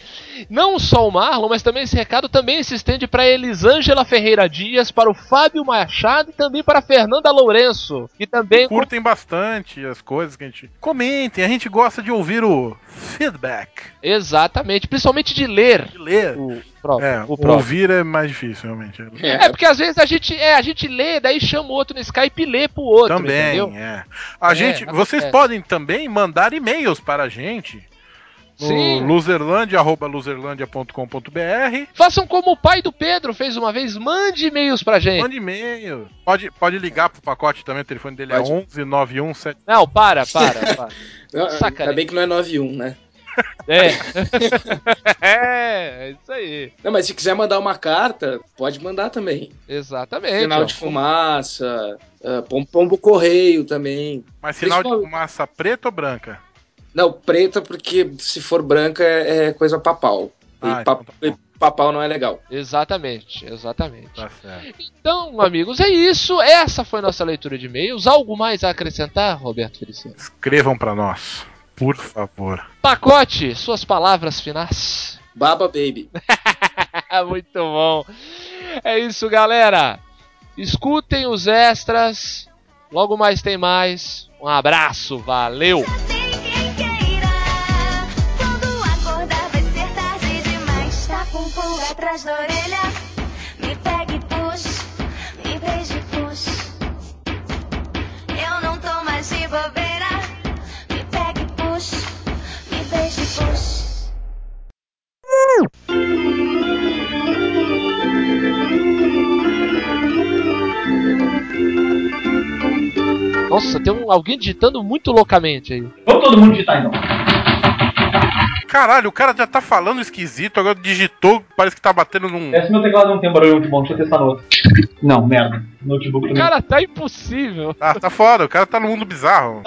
A: Não só o Marlon, mas também esse recado também se estende para Elisângela Ferreira Dias, para o Fábio Machado e também para a Fernanda Lourenço, que também
B: Curtem bastante as coisas que a gente... Comentem, a gente gosta de ouvir o feedback,
A: exatamente, principalmente de ler
B: de ler.
A: o próprio.
B: É,
A: o próprio.
B: ouvir é mais difícil, realmente.
A: É porque às vezes a gente é, a gente lê, daí chama o outro no Skype e lê pro outro,
B: Também,
A: entendeu?
B: é. A
A: É,
B: gente,
A: acontece.
B: vocês podem também mandar e-mails para a gente no
A: Sim.
B: loserlandia, arroba loserlandia.com.br.
A: Façam como o pai do Pedro fez uma vez, mande e-mails pra gente.
B: Mande e-mail. Pode, pode ligar pro pacote também, o telefone dele
K: Pode.
B: é 11 91
A: Não, para, para, para.
K: Não,
A: Sacanagem.
K: Ainda bem que não é 9-1, né?
A: É. é, é isso aí.
K: Não, mas se quiser mandar uma carta, pode mandar também.
A: Exatamente.
K: Sinal
A: ó.
K: de fumaça, ah, pom- pombo correio também.
B: Mas sinal de
K: Principal-
B: fumaça preta ou branca?
K: Não, preta, porque se for branca é é coisa papal. E,
B: Ah,
K: pap-
B: então tá bom.
K: e papal não é legal.
A: Exatamente, exatamente.
B: Tá certo.
A: Então, amigos, é isso. Essa foi nossa leitura de e-mails. Algo mais a acrescentar, Roberto Feliciano?
B: Escrevam para nós, por favor.
A: Pacote, suas palavras finais.
K: Baba Baby.
A: Muito bom. É isso, galera. Escutem os extras. Logo mais tem mais. Um abraço, valeu!
J: Sem quem queira, quando acordar vai ser tarde demais. Tá com um pulo atrás da orelha, me pegue e puxe, me beije e puxe. Eu não tô mais de bobeira, me pegue e puxe, me beije e puxe.
A: Nossa, tem um- alguém digitando muito loucamente aí.
C: Vamos todo mundo digitar então.
B: Caralho, o cara já tá falando esquisito, agora digitou, parece que tá batendo num.
C: É se meu teclado não tem barulho muito bom, deixa eu testar no outro. Não, merda. Notebook também.
A: Cara, tá impossível.
B: Ah, tá foda, o cara tá no mundo bizarro.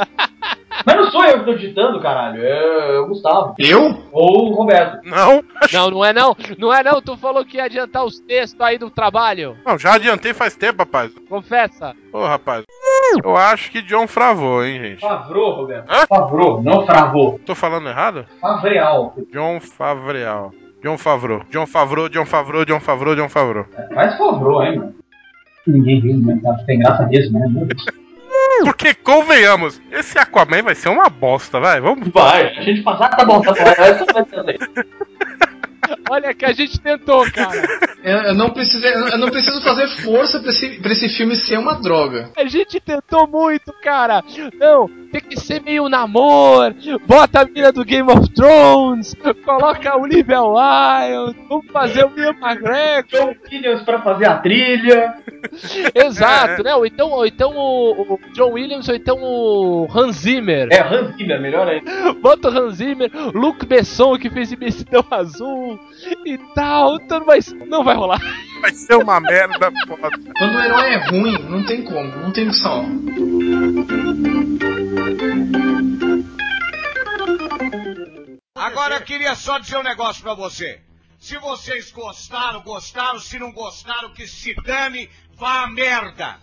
C: Mas não sou eu que tô digitando, caralho. É o Gustavo.
D: Eu?
C: Ou o Roberto.
B: Não?
A: Não, não é não. Não é não. Tu falou que ia adiantar os textos aí do trabalho.
B: Não, já adiantei faz tempo, rapaz.
A: Confessa.
B: Ô, rapaz. Eu acho que John Favreau, hein, gente?
C: Favrou, Roberto.
B: Hã?
C: Favrou, não fravou.
B: Tô falando errado?
C: Favreal.
B: John Favreau. John Favreau. John Favreau, John Favreau, John Favreau, John Favreau.
C: Mas favrou, hein, mano. Ninguém viu, né? Tá sem graça mesmo, né? Meu Deus.
B: Porque, convenhamos, esse Aquaman vai ser uma bosta, vai. Vamos.
C: Vai, a gente passar, tá bom, tá bom. Vai, só vai fazer.
A: Olha que a gente tentou, cara.
D: Eu, É, eu não, precisei, eu não preciso fazer força pra esse, pra esse filme ser uma droga.
A: A gente tentou muito, cara. Não, tem que ser meio namor. Bota a mina do Game of Thrones. Coloca o Olivia Wilde. Vamos fazer o Ian McGregor.
C: John Williams pra fazer a trilha.
A: Exato, né? Ou então, ou então o, o John Williams, ou então o Hans Zimmer.
C: É, Hans Zimmer, melhor ainda.
A: Bota o Hans Zimmer, Luke Besson que fez Imensidão Azul e tal. Então, mas não vai rolar.
B: Vai ser uma merda, foda.
D: Quando o herói é ruim, não tem como, não tem sal.
L: Agora eu queria só dizer um negócio pra você. Se vocês gostaram, gostaram. Se não gostaram, que se dane, vá à merda.